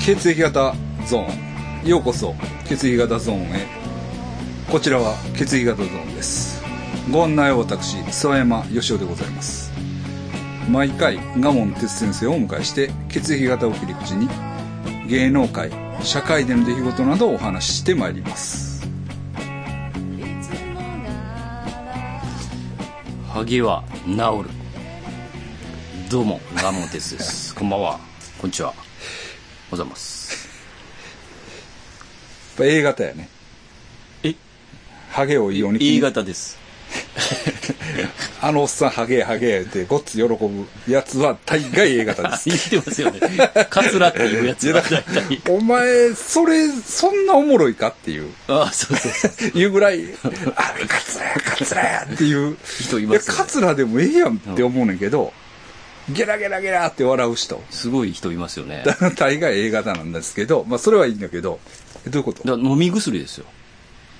血液型ゾーンようこそ血液型ゾーンへこちらは血液型ゾーンですご案内は私諏山義雄でございます毎回賀門哲先生をお迎えして血液型を切り口に芸能界社会での出来事などをお話ししてまいりますハゲは治るどうもガモンテスです こんばんはこんにちはおはようございますやっぱ A 型やねえハゲを異様に E 型ですあのおっさんハゲハゲや言ってごっつ喜ぶやつは大概 A 型です言ってますよねカツラっていうやつが大体お前それそんなおもろいかっていうああそうそうそういうぐらい、あれ、カツラや、カツラやっていう人いますねやカツラでもええやんって思うねんけど、ゲラゲラゲラって笑う人。 すごい人いますよねだだ大概 A 型なんですけど、まあそれはいいんだけど、えどういうこと飲み薬ですよ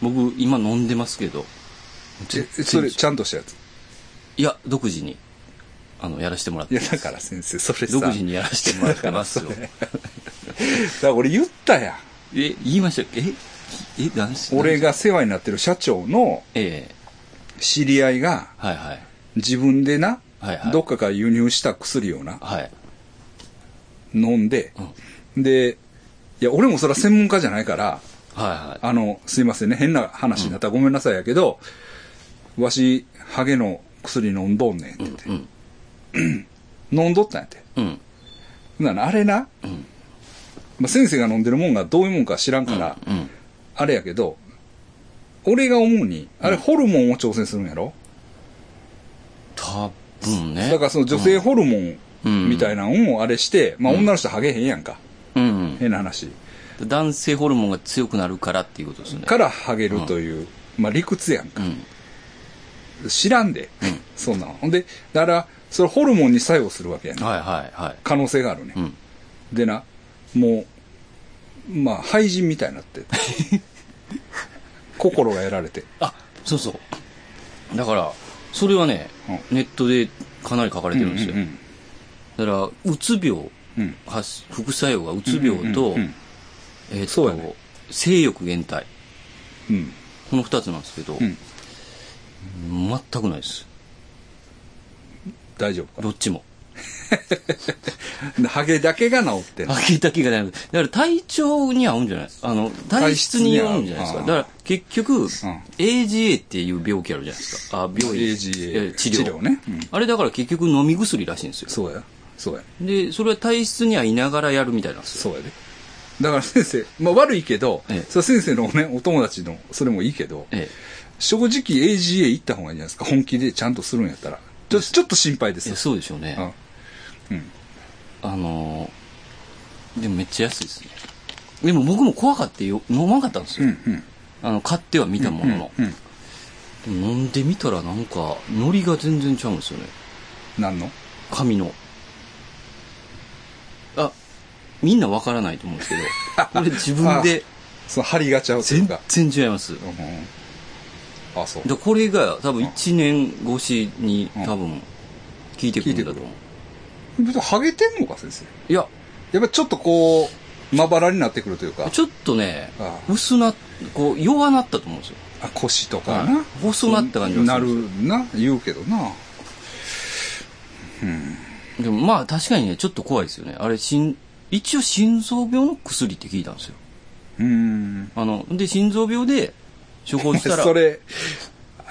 僕今飲んでますけどえそれちゃんとしたやつ。いや独自にあのやらせてもらっいてや、だから先生、それさ、独自にやらせてもらってますよだから俺言ったやん。え言いましたっけええ男子俺が世話になってる社長のええ知り合いが、はいはい自分でな、はいはいどっかから輸入した薬をな、はい飲んで、うんで、いや、俺もそれは専門家じゃないから、はいはいあの、すいませんね、変な話になったらごめんなさいやけど、わし、ハゲの薬飲んどんねんって言って、うん飲んどったんやて。うんほんならあれな、んまあ、先生が飲んでるもんがどういうもんか知らんから、うんあれやけど、俺が思うに、あれホルモンを調整するんやろ、多分ねだからその女性ホルモンみたいなのをあれして、まあ女の人ハゲへんやんか。うん、変な話。うん、男性ホルモンが強くなるからっていうことですよねからハゲるという、まあ理屈やんかう。ん知らんで、そんなの。ほんで、だから、それホルモンに作用するわけやねはいはいはい可能性があるね。うんでな、もう、まあ、廃人みたいになって。 心がやられて。あそうそうだからそれはね、ネットでかなり書かれてるんですよ、うんだからうつ病うん発副作用がうつ病うんとうんうんえーっそうとやね性欲減退うん。この2つなんですけど、うん全くないです大丈夫かどっちも。でハゲだけが治ってんのハゲだけがなくだから体調に合うんじゃないですかあの体質に合うんじゃないです体質に合かうだから結局、AGA っていう病気あるじゃないですかあ病 AGA え治療治療ねうんあれだから結局飲み薬らしいんですよそうや。そうや。でそれは体質に合いながらやるみたいなんですそようやで。だから先生、まあ悪いけど、ええそれ先生のね、お友達の、それもいいけど、え正直 AGA 行った方がいいんじゃないですか。本気でちゃんとするんやったら。ちょちょっと心配でえいすや。そうでしょうね、うんあのーでもめっちゃ安いですねでも僕も怖かってよ飲まなかったんですよ、あの買っては見たものの、でも飲んでみたらなんかノリが全然ちゃうんですよねなんの紙のあみんなわからないと思うんですけ どこれ自分でその針がちゃうという全か。然違いますだかうんあ、そう。らこれが多分1年越しにうん多分聞いてくるんだと思う別にハゲてんのか、先生。いややっぱちょっとこう、まばらになってくるというか、ちょっとねあ薄なこう弱なったと思うんですよあ腰とかな。細なった感じがするなるな、言うけどな。でもまあ確かにねちょっと怖いですよねあれ心一応心臓病の薬って聞いたんですようーん。あので心臓病で処方したら それ、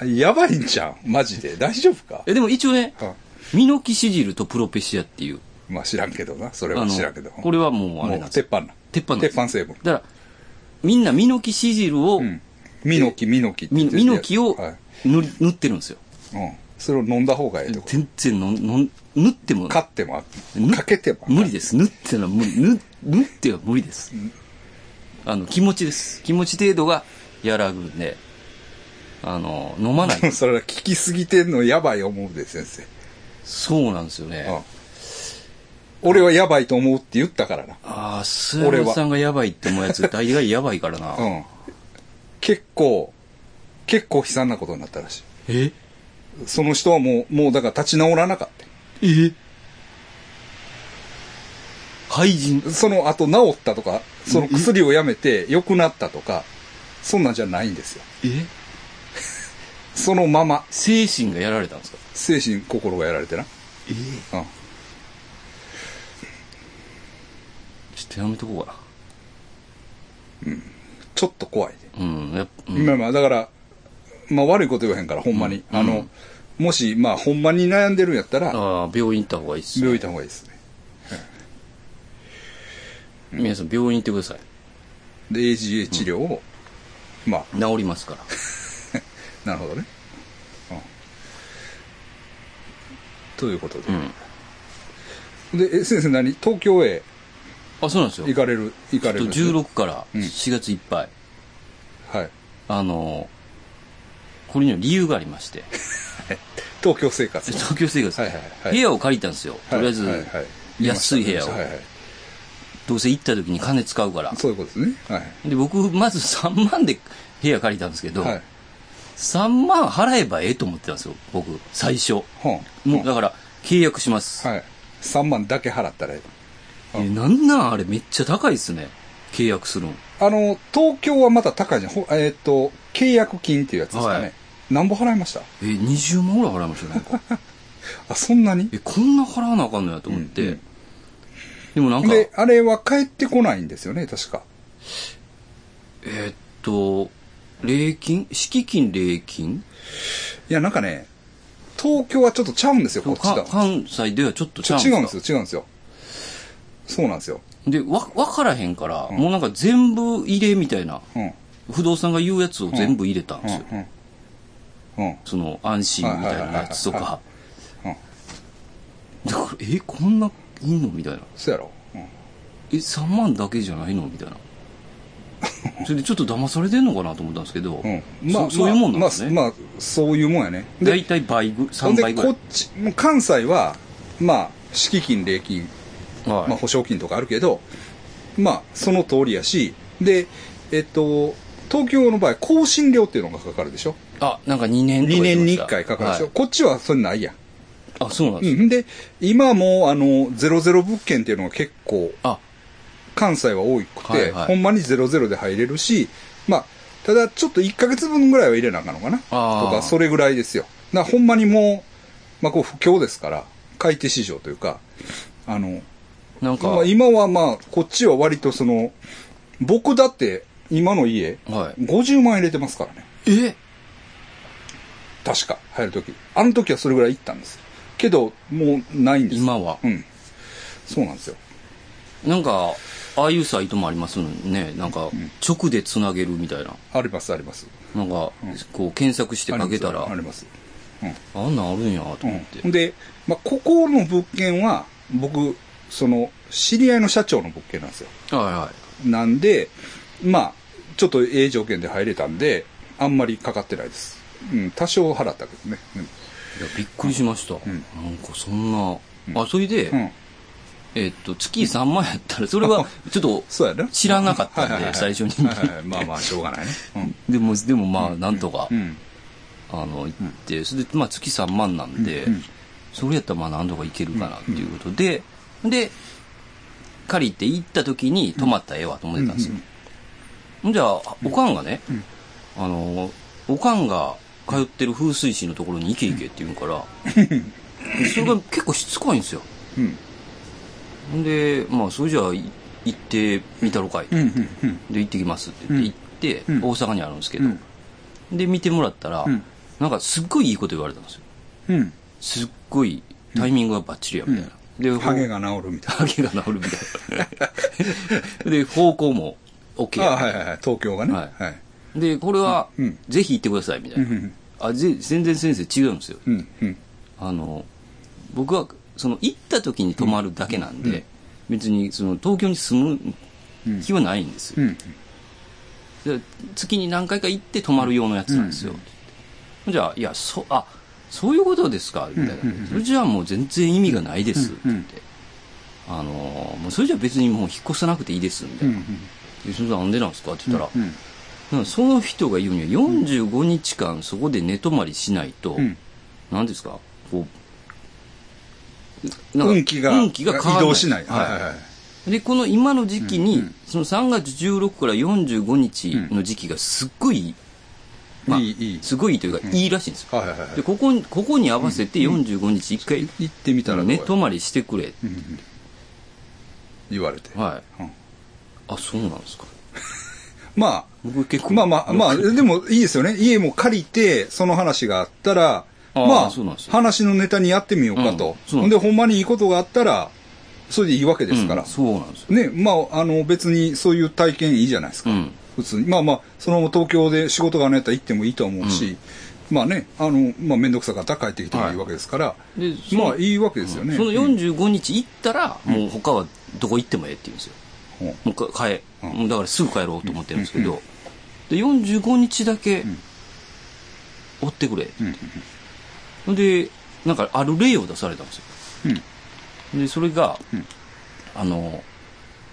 やばいんじゃん、マジで。大丈夫かえでも一応ねあミノキシジルとプロペシアっていうまあ知らんけどな、それあはの知らんけど。これはもうあれなんもうです鉄よ板な。鉄板なんで鉄す板成分。だからみんなミノキシジルを、うん。ミノキ、ミノキって言ミってミノキをはい。塗り塗ってるんですようん。それを飲んだ方がいいってこと。全然ののん塗ってもかってもあ塗っかけてもあ無理です塗ってのは 無理塗塗っては無理ですあの気持ちです気持ち程度が和らぐんであの 飲まないでも それは聞きすぎてんのやばい思うで、先生。そうなんですよねうん俺はやばいと思うって言ったからな。ああ須山さんがやばいって思うやつ大概やばいからな、うん。結構、結構悲惨なことになったらしい。えその人は もう、もうだから立ち直らなかった。え廃人。その後治ったとか、その薬をやめて良くなったとか、そんなんじゃないんですよ。えそのまま、精神がやられたんですか精神、心がやられてな。ええうん。ちょっとやめとこうかちょっと怖いね。な。うん、やっぱ、うんまあまあ、だから、まあ悪いこと言わへんから、ほんまに。あの、もし、まあ、ほんまに悩んでるんやったら、ああ、病院行った方がいいっすね。病院行った方がいいですね。皆さん、病院行ってください。で、AGA 治療を、まあ、治りますかなら。るほどね。うんということで。 うん。で、え先生何東京へあ、そうなんですよ。行かれる、行かれちるょっんでとすね。 16からうん4月いっぱい、はい。あの、これには理由がありまして、 東京生活。東京生活、はいはいはい部屋を借りたんですよ。とりあえず、はいはいはい安い部屋を見ましたねはいはいどうせ行った時に金使うから。そういうことですね。はい。で、僕、まず3万で部屋借りたんですけど、はい。 3万払えばええと思ってたんですよ、僕、最初。本。もう、本だから、契約します。はい。3万だけ払ったらえええなんなんあれめっちゃ高いっすね。契約するん。あの、東京はまた高いじゃん。ほえっ、と、契約金っていうやつですかはねい。なんぼ払いましたえ、20万ぐらい払いましたよ なんか。あ、そんなにえ、こんな払わなあかんのやと思って。うんうんでもなんか、で、あれは帰ってこないんですよね、確か。えーっと、礼金敷金礼金いや、なんかね、東京はちょっとちゃうんですよ、こっちかが。関西ではちょっとちちょゃ違ううんんでですすかよ、違うんですよ。そうなんですよ。で、わ、わからへんから、んもうなんか全部入れみたいな、うん。うん不動産が言うやつを全部入れたんですよ。うん。うん。その安心みたいなやつとはいか。いはいはいだから、え、こんないいのみたいな。そうやろ。うんえ、3万だけじゃないの みたいな。それでちょっと騙されてんのかなと思ったんですけど、うん。まあ、そういうもんなんですね。まあ、まあ、そういうもんやね。で大体倍ほぐ、ん3で、倍ぐらこいっ。ち、もう関西は、まあ、敷金、礼金、はいまあ、保証金とかあるけど、まあ、その通りやし、で、えっと、東京の場合、更新料っていうのがかかるでしょあ、なんか2年とか2言年にってました1回かかるでしょ、はいこっちはそれないやん。あ、そうなんですようん。で、今も、あの、00物件っていうのが結構、あ、関西は多くて、はいはいほんまに00で入れるし、まあ、ただちょっと1ヶ月分ぐらいは入れなあかんのかなとあーか、それぐらいですよ。だからほんまにもう、まあこう不況ですから、買い手市場というか、あの、なんか、まあはい。今はまあ、こっちは割とその、僕だって今の家、50万入れてますからね。え確か、入るとき。あの時はそれぐらい行ったんです。けど、もうないんです。今はう。ん。そうなんですよ。なんか、ああいうサイトもありますね。なんか、直でつなげるみたいな。あります、あります。なんか、こう、検索してかけたらあ、ります。ありますあんなんあるんやとうん思っうん。て。で、まあ、ここの物件は、僕、その、知り合いの社長の物件なんですよ。はいはなんで、まあ、ちょっとええ条件で入れたんで、あんまりかかってないです。うん、多少払ったけどね。い。いや、びっくりしました。んなんか、そんな。あ、それで、うん。うん、えっと、月3万やったら、そ れは、ちょっと、そうやね。知らなかったんではいはいはい最初にはいはいはいまあまあ、しょうがないね。 でも、でもまあ、なんとかう、ん。あの、行って、それで、まあ、月3万なんでうんうん、それやったらまあ、なんとか行けるかなっていうことで、で、借りて行った時に泊まったらええわと思ってたんですよ。じゃあ、おかんがね、あの、おかんが通ってる風水師のところに行け行けって言 うから、それが結構しつこいんですよ。うん。うん。ほんで、まあ、それじゃあ、い行ってみたろかい。うん。うで、ん。うん。行ってきますって言って、行って、うん大阪にあるんですけど、うんで、見てもらったら、うんなんかすっごいいいこと言われたんですよ。うん。すっごいタイミングがバッチリや、みたいな。で、ハゲが治るみたいハゲが治るみたいな。 で、方向も OK な。あや。はいはいはい。東京がね。はいはい。で、これはうん、ぜひ行ってください、みたいうんう。なんあ、ぜ全然先生違うんですよ。うん。うん。あの、僕は、その、行った時に泊まるだけなんで、別に、その、東京に住む気はないんですよう。ん。で月に何回か行って泊まる用のやつなんですよ、じゃあいやそあそういうことですかみたいな、それじゃあもう全然意味がないですって言って、あのーもうそれじゃ別にもう引っ越さなくていいですみたういん。うな、ん。でそれなんでなんですかって言ったら、うん。なんかその人が言うには45日間そこで寝泊まりしないと、ん何ですかこうなんか運気が、運気が変わら移動しない。はいはいはい。で、この今の時期うに、んうんその3月16から45日の時期がすっごいいい、まあいいいいすごいいいというか、いいらしいんですよ。はいはいはいで、ここに、ここに合わせて45日一回、行ってみたらどう寝や泊まりしてくれ。言われて、はうんい。あ、そうなんですか。まあ僕結構。まあまあまあでもいいですよね家も借りてその話があったらあーまあそうなんですよ話のネタにやってみようかうんと、そほうなんんででほんまにいいことがあったらそれでいいわけですから、うんそうなんですよ。ね、まあ、あの、別にそういう体験いいじゃないですか。うん普通に。まあまあ、そのまま東京で仕事があるんやったら行ってもいいと思うし、まあね、あの、まあ、めんどくさかったら帰ってきてもいいわけですから、でそのまあ、いいわけですよね。そのうん45日行ったら、もう他はどこ行ってもええって言うんですよ。うんもうか帰、うんもうだからすぐ帰ろうと思ってるんですけど、で、45日だけ、追ってくれ。うんほんで、なんかある例を出されたんですよ。うんで、それが、うんあの、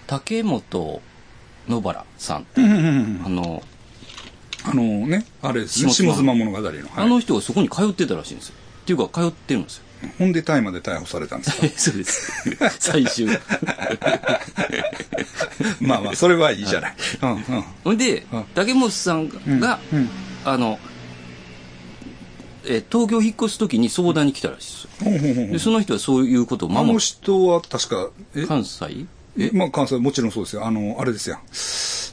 竹本野原さんって、うんうんうんあの、あのね、あれですね、下妻下妻物語の。はいあの人がそこに通ってたらしいんですよ。っていうか、通ってるんですよ。ほんで、タイまで逮捕されたんですかそ うです。最終。 まあまあ、それはいいじゃない。うんうんほんでうん、竹本さんが、うんあの、えー東京引っ越すときに相談に来たらしいですほんほんほんよ。で、その人はそういうことをあの守人は確か、える。関西えまあ、関西もちろんそうですよ。あの、あれですよ。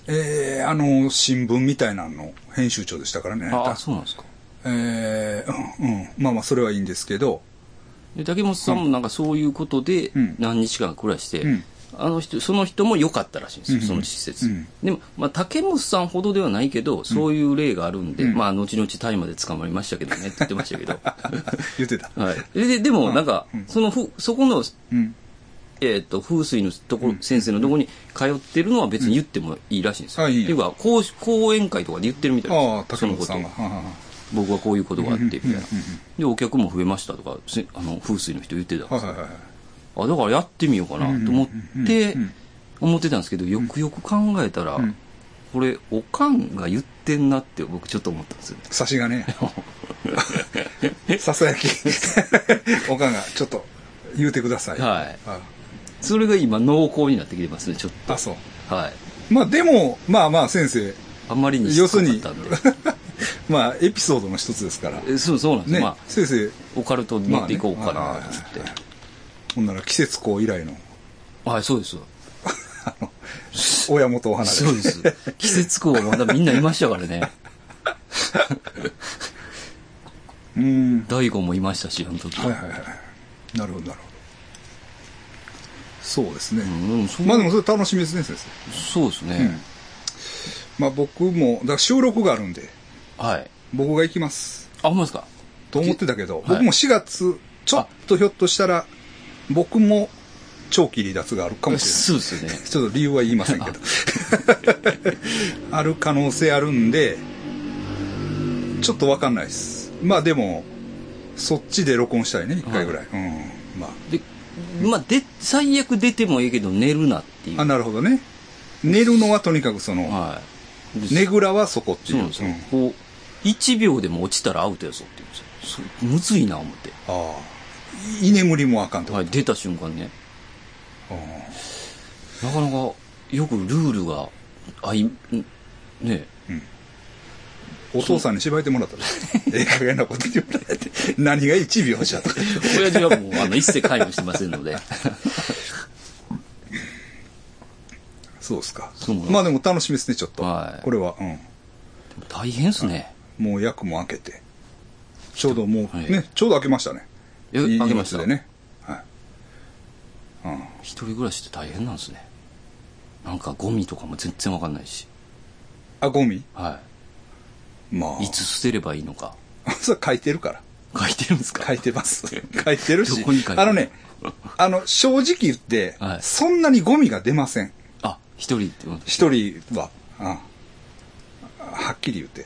えー、あの、新聞みたいなの、編集長でしたからね。ああ、そうなんですか。えー、うん、うん。まあまあ、それはいいんですけど、で竹本さんもなんかそういうことでん何日間暮らして、うんあの人その人も良かったらしいんですよ、その施設、うんでも、まあ、竹本さんほどではないけどそういう例があるんで、まあ、後々大麻で捕まりましたけどねって言ってましたけど、言ってた。はい、でででもなんか、そのふそこの、うん。えー、と風水のところ、先生のところに通ってるのは別に言ってもいいらしいんですよ、うんあいいんやっていうか講師講演会とかで言ってるみたいですよああ、竹本さんが。そのこはははと僕はこういうことがあってみたいな、でお客も増えましたとかせあの風水の人言ってたんですよはいはいはい。あだからやってみようかなと思って思ってたんですけどよくよく考えたら、これおかんが言ってんなって僕ちょっと思ったんですよね差しが ね、ささやき、 おかんが、ちょっと、言うてください。はいあそれが今濃厚になってきてますねちょっあ、そう。とはいまあ、でも、まあまあ、先生、あまりに要するにかったんでまあ、エピソードの一つですから。えそうそうなんです、ねまあ、先生、オカルトに乗っていこうかなっつって、まあねほんなら季節校以来の、はいそうです親元を離れてそう です季節校はまだみんないましたからねうん。大悟もいましたしあの時、はいはいはい。なるほど、なるほど。そうですね。うん、そうまあでもそれ楽しみですね、先生。そうですね、まあ僕も、だから収録があるんで、はい僕が行きます。あほんまですかと思ってたけど、い僕も4月、ちょっとひょっとしたら、僕も長期離脱があるかもしそうですよねれない。ちょっと理由は言いませんけど。ある可能性あるんで、ちょっとわかんないです。まあでも、そっちで録音したいね、1回ぐらい。うん。まあ。で、まあ、で、最悪出てもいいけど、寝るなっていう。あなるほどね寝るのはとにかくその、はい。ねぐらはそこってそいうなんうですよ。うんこう、1秒でも落ちたらアウトやぞって言うんですよ。そうむずいな、思って。ああ居眠りもあかんと、はい、出た瞬間ね。なかなか、よくルールが、あい、んねお父さんに芝居てもらったらええ加減なこと言ってもらって何が1秒じゃと親父はもう、あの、一切関与してませんので。そうですかそうなんですまあでも楽しみですねちょっと、はいこれは、うん、大変っすね。もう役も開けてちょうどもう、はいねちょうど開けましたねえい開けましたいいやつでね、はいうん、一人暮らしって大変なんですね。なんか、ゴミとかも全然わかんないし。あゴミはまあい。いつ捨てればいいのか。 それ書いてるから書いてるんですか書いてます。書いてるし。 どこに書いてるあの ね、あの、正直言って、はいそんなにゴミが出ません。あ、一人ってこと一人は。うんはっきり言って。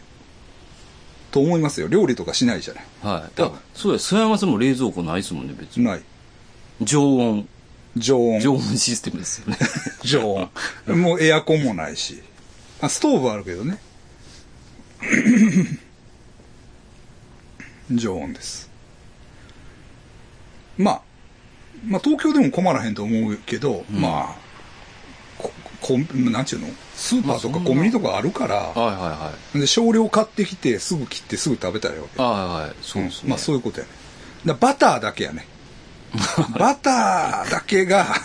と思いますよ。料理とかしないじゃない。はい。多あ分そうや、曽山さんも冷蔵庫ないですもんね、別に。ない。常温。常温。常温システムです よね。常温。もうエアコンもないし。あ、ストーブはあるけどね。 常温です。まあ、まあ東京でも困らへんと思うけど、まあ、コンなんちゅうのスーパーとかコンビニとかあるから、はいはいはい。で少量買ってきてすぐ切ってすぐ食べたらよあはいはい。そうですうんね。まあそういうことやねだバターだけやねバターだけが バタ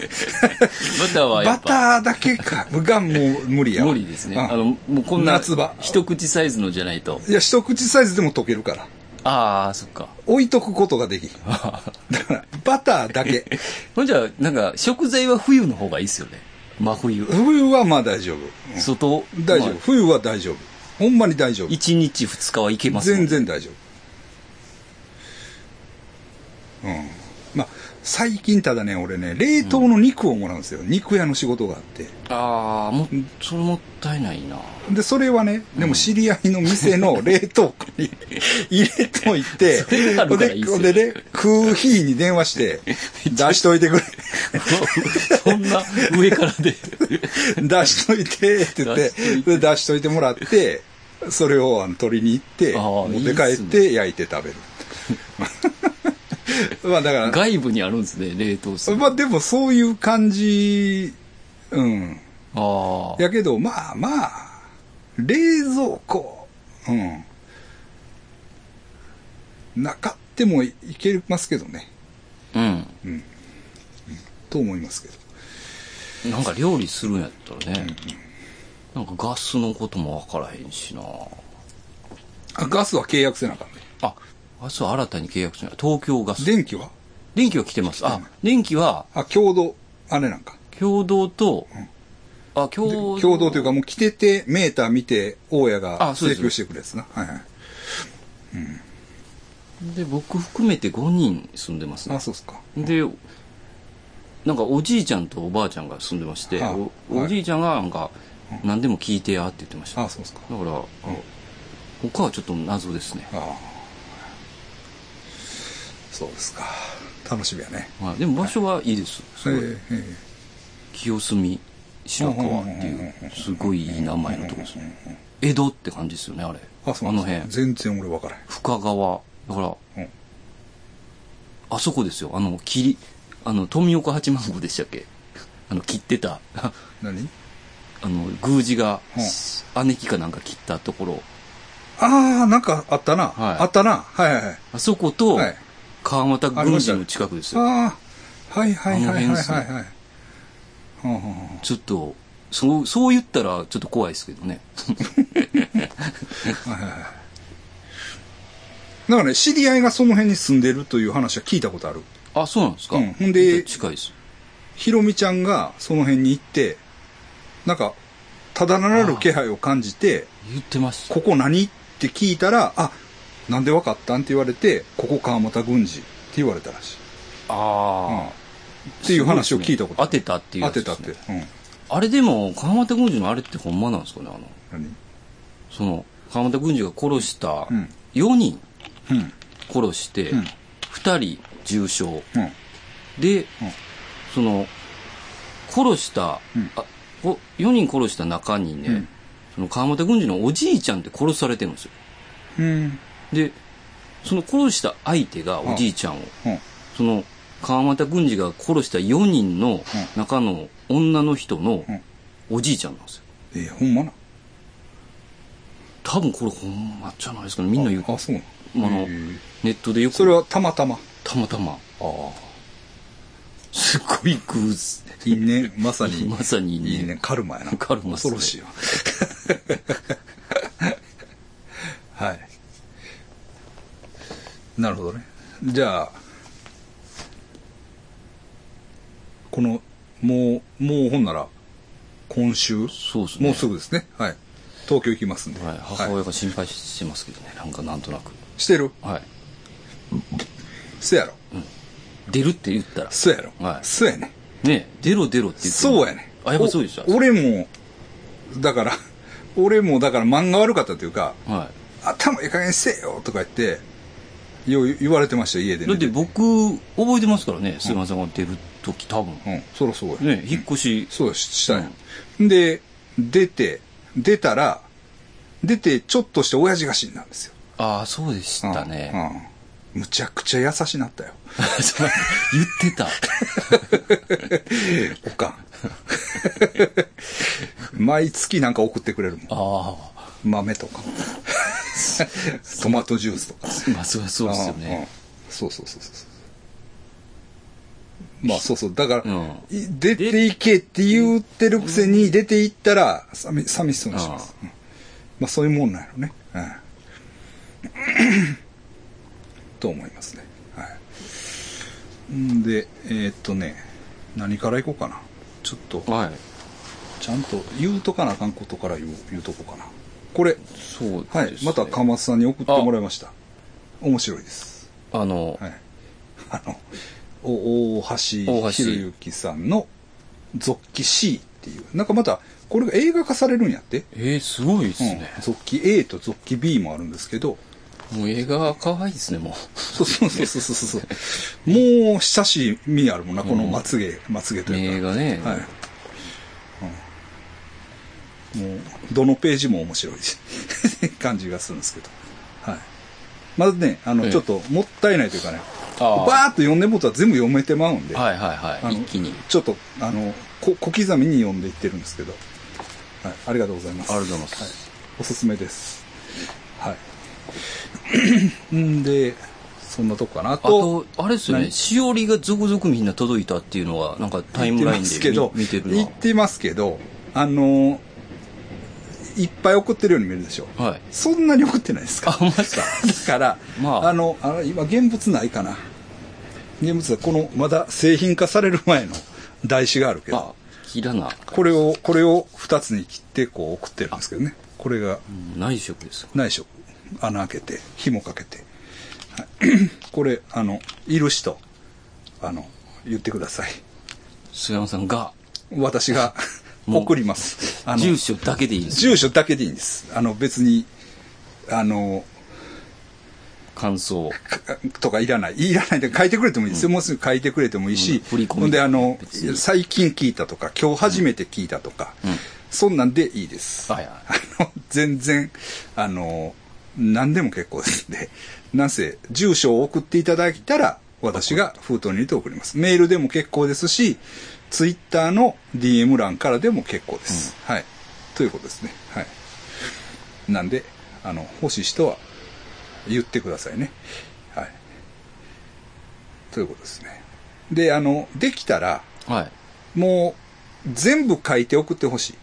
ーはやバっタぱ、ーだけかがもう無理やわ無理ですね。うんあの、もうこんな、夏場一口サイズのじゃないと。いや一口サイズでも溶けるからああ、そっか。置いとくことができ んだからバターだけほんじゃ、なんか、食材は冬の方がいいですよね。真冬。冬はまあ大丈夫外。大丈夫まあ冬は大丈夫ほんまに大丈夫一日二日はいけますもん全。然大丈夫。うん。まあ、最近ただね、俺ね、冷凍の肉をもらうんですよ。肉屋の仕事があって。ああ、も、それもったいない な。で、それはね、でも知り合いの店の冷凍庫に入れといて、それがあるからいいっすよで、でね、食う日に電話 して、出しといてくれ。そんな上から で。出しといてって言って出しとい、で出しといてもらって、それをあの取りに行って、ああ持っていいっ帰すっねて焼いて 食べる。まあだから、外部にあるんですね、冷凍室。まあでもそういう感じ、うん。ああ。やけど、まあまあ、冷蔵庫、うん。なかってもいけますけどね、うん。と思いますけど。なんか料理するんやったらね。なんかガスのこともわからへんしな。あ、ガスは契約せなあかんね。あ、ガスは新たに契約する東京ガス。電気は電気は来てます。うあん、電気は、あ、共同、あれなんか。共同と、あ、で共同。共同というかもう来てて、メーター見て、大家があそうで請す求してくれやつな。はいはい。で、僕含めて5人住んでますねあ、。そうっすか。で、なんかおじいちゃんとおばあちゃんが住んでまして、はあおはいおじいちゃんがなんか、何でも聞いてやって言ってました。あ、だかそうっすか。ら、あ他はちょっと謎ですね。ああ。そうですか。楽しみやね。まあ、でも場所はいいです。すごいええええ清澄白川っうんうんてうんいうう、すごいいい名前のとこですね。江戸って感じですよね、あれ。あ、そうあなのんですか辺。全然俺分からへん。深川。だから、うんあそこですよ。あの、切り、あの、富岡八幡宮でしたっけ あの、切ってた。 何あの、宮司がうん、姉貴かなんか切ったところ、ああ、なんかあったな。はいあったな。はいはいはい。あそことはい、川俣宮司の近くですよ。ああ、はいはいはいはいあはの辺っいすねはい。ほんほんほんちょっと、そう、そう言ったらちょっと怖いですけどね。 だからね、知り合いがその辺に住んでるという話は聞いたことある。あ、そうなんですか。うんほんで近いです。ひろみちゃんがその辺に行って、なんか、ただならぬ気配を感じて、言ってました。ここ何って聞いたら、あ、なんでわかったんって言われて、ここ川又郡司って言われたらしい。うんああ。っていう話を聞いたことあ当る。てたっていう当やつてですたね、って。うん。あれでも川俣軍司のあれってほんまなんですかねあの何その川俣軍司が殺したうん4人うん。殺してうん2人重傷うん。で、その殺した、うんあこ4人殺した中にね、うんその川俣軍司のおじいちゃんって殺されてるんですようん。でその殺した相手がおじいちゃんを、うん。その川俣軍司が殺した4人の中の女の人のうんおじいちゃんなんですよえーほんまな。多分これほんまじゃないですかねみんな言うあ、そうなまああののへーネットでよくそれはたまたま。たまたますごい偶然。因縁、まさに。まさに因縁因縁、カルマやな。カルマっ恐すねろし いわ。はい。なるほどね。じゃあ、この、もう、もうほんなら、今週、そうですねもうすぐですね。はい。東京行きますんで。はい、母親が心配してますけどねなんかなんとなくしてるはいせやろ。出るって言ったらせやろ。はいせやね。ね出ろ出ろって言ってそうやね。あやっぱそうでしたお俺も、だから、 俺もだから漫画悪かったというか、は頭いい加減にせえよとか言って、よう言われてました、家でいね。だって僕覚えてますからね菅間さんが出る時多分うん、そろそろや。ね引っ越しそうやししたんや。で、出て、出たら、出てちょっとして親父が死んだんですよ。 ああそうでしたねうんむちゃくちゃ優しなったよ。そう言ってた。おかん。 毎月なんか送ってくれるもん。ああ。豆と か。トマトジュースとか。まあ、そうそうですよね。うん。そうそうそうそう。まあそうそう。だから、うんい出ていけって言ってるくせに、出ていったら、寂寂しそうにします。うんまあそういうもんなんやろね。うんと思いますね。はい。んで、えーっとね、何からいこうかな。ちょっと、はい。ちゃんと言うとかなあかんことから言う言うとこかな。これ、そうです、ね。はい、また鎌田さんに送ってもらいました。面白いです。あの、はい。あの、お大大橋橋ひろゆきさんの続起 C っていう。なんかまた、これが映画化されるんやって。えー、すごいですね。うん、続起 A と続起 B もあるんですけど、もう映画可愛いですね、もう。そうそうそうそうそうそう。もう親しみあるもんな、このまつげ、まつげとい映うか。画ね。はい。うん、もう、どのページも面白い し感じがするんですけど。はい。まずね、あの、ええちょっともったいないというかね、あバーあッと読んでもうたら全部読めてまうんで、はいはいあはい。の一気に。ちょっと、あの、こ小刻みに読んでいってるんですけど、はい。ありがとうございます。ありがとうございます。おすすめです。はい。 んで、そんなとこかな。ああと、あれですよね、何しおりが続々みんな届いたっていうのは、なんかタイムラインで見見てる言ってますけど、あのーいっぱい送ってるように見えるでしょ。な。はい。そんなに送ってないですかあ、ほんまです かだから、まあ、あの、あの今、現物ないかな。現物は、この、まだ製品化される前の台紙があるけど、あ、切らな。これを、これを2つに切って、こう送ってるんですけどね。これが、うん内職ですか。内緒、穴開けて、紐かけて。はいこれ、あの、いる人、あの、言ってください。菅山さんが、私がもう送ります。あの住所だけでいいんですよ。住所だけでいいんです。あの別に、あの、感想を。かとかいらない。いらないで書いてくれてもいいですよ。もうすぐ書いてくれてもいいしうん振り、込みほんであの別に、最近聞いたとか、今日初めて聞いたとか、そんなんでいいです。はいはい。あの、全然、あの、何でも結構ですんで、なんせ、住所を送っていただいたら、私が封筒に入れて送ります。メールでも結構ですし、ツイッターの DM 欄からでも結構です。はい。ということですね。はい。なんで、あの、欲しい人は言ってくださいね。はい。ということですね。で、あの、できたら、はい。もう、全部書いて送ってほしい。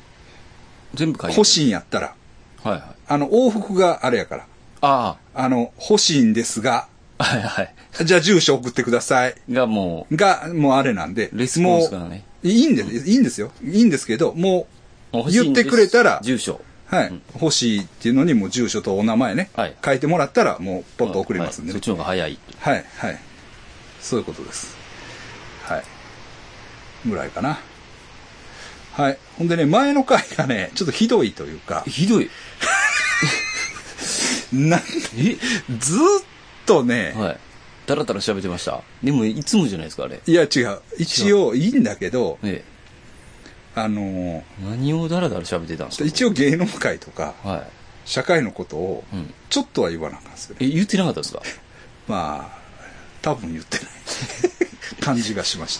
全部書いて。欲しいんやったら。はいはい。あの、往復があれやから。ああの、欲しいんですが、あ、はいはい。じゃあ住所送ってください。がもが、もうあれなんで。レスポンスがねもういいんです、いいんですよ。いいんですけど、もう、う、欲しい言んっでてすくれたら、住所。はい、欲しいっていうのにもう住所とお名前ね、はい書いてもらったら、もうポンと送りますんで、はいそねっちの方が早い。はい、はい、そういうことです。はい。ぐらいかな。はい。ほんでね、前の回がね、ちょっとひどいという か、ひどい。なんずーっとね、はい。だらだら喋ってました。でも、いつもじゃないですか、あれ。いや違う。一応いいんだけど、えあのーえ。何をだらだら喋ってたんですか一応芸能界とか、は社会のことをい。うん。ちょっとは言わなあかんですよね。え、言ってなかったですかまあ、多分言ってない 感じがしまし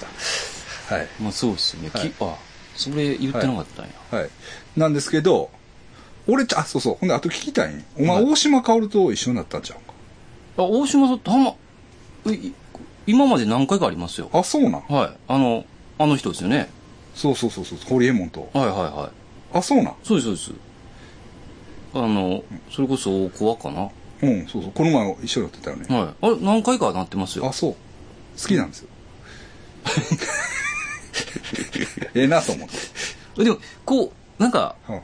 た。はい。まあ、そうですよね。きはいあ、それ言ってなかったんや。はい。なんですけど、俺ちゃ、あ、そうそう。ほんで、あと聞きたいんお前、はい大島薫と一緒になったんちゃうあ、大島さん、たま、えい今まで何回かありますよ。か。あ、そうなん。はい。あの、あの人ですよね。そうそうそうそう。ホリエモンと。はいはいはい。あ、そうなん。そうです、そうです。あの、それこそ大コアかな。うん、そうそう。この前一緒になってたよね。はい。あれ、何回かなってますよあ、。そう。好きなん ですよ。ええなと思って。でも、こう、なんか、うん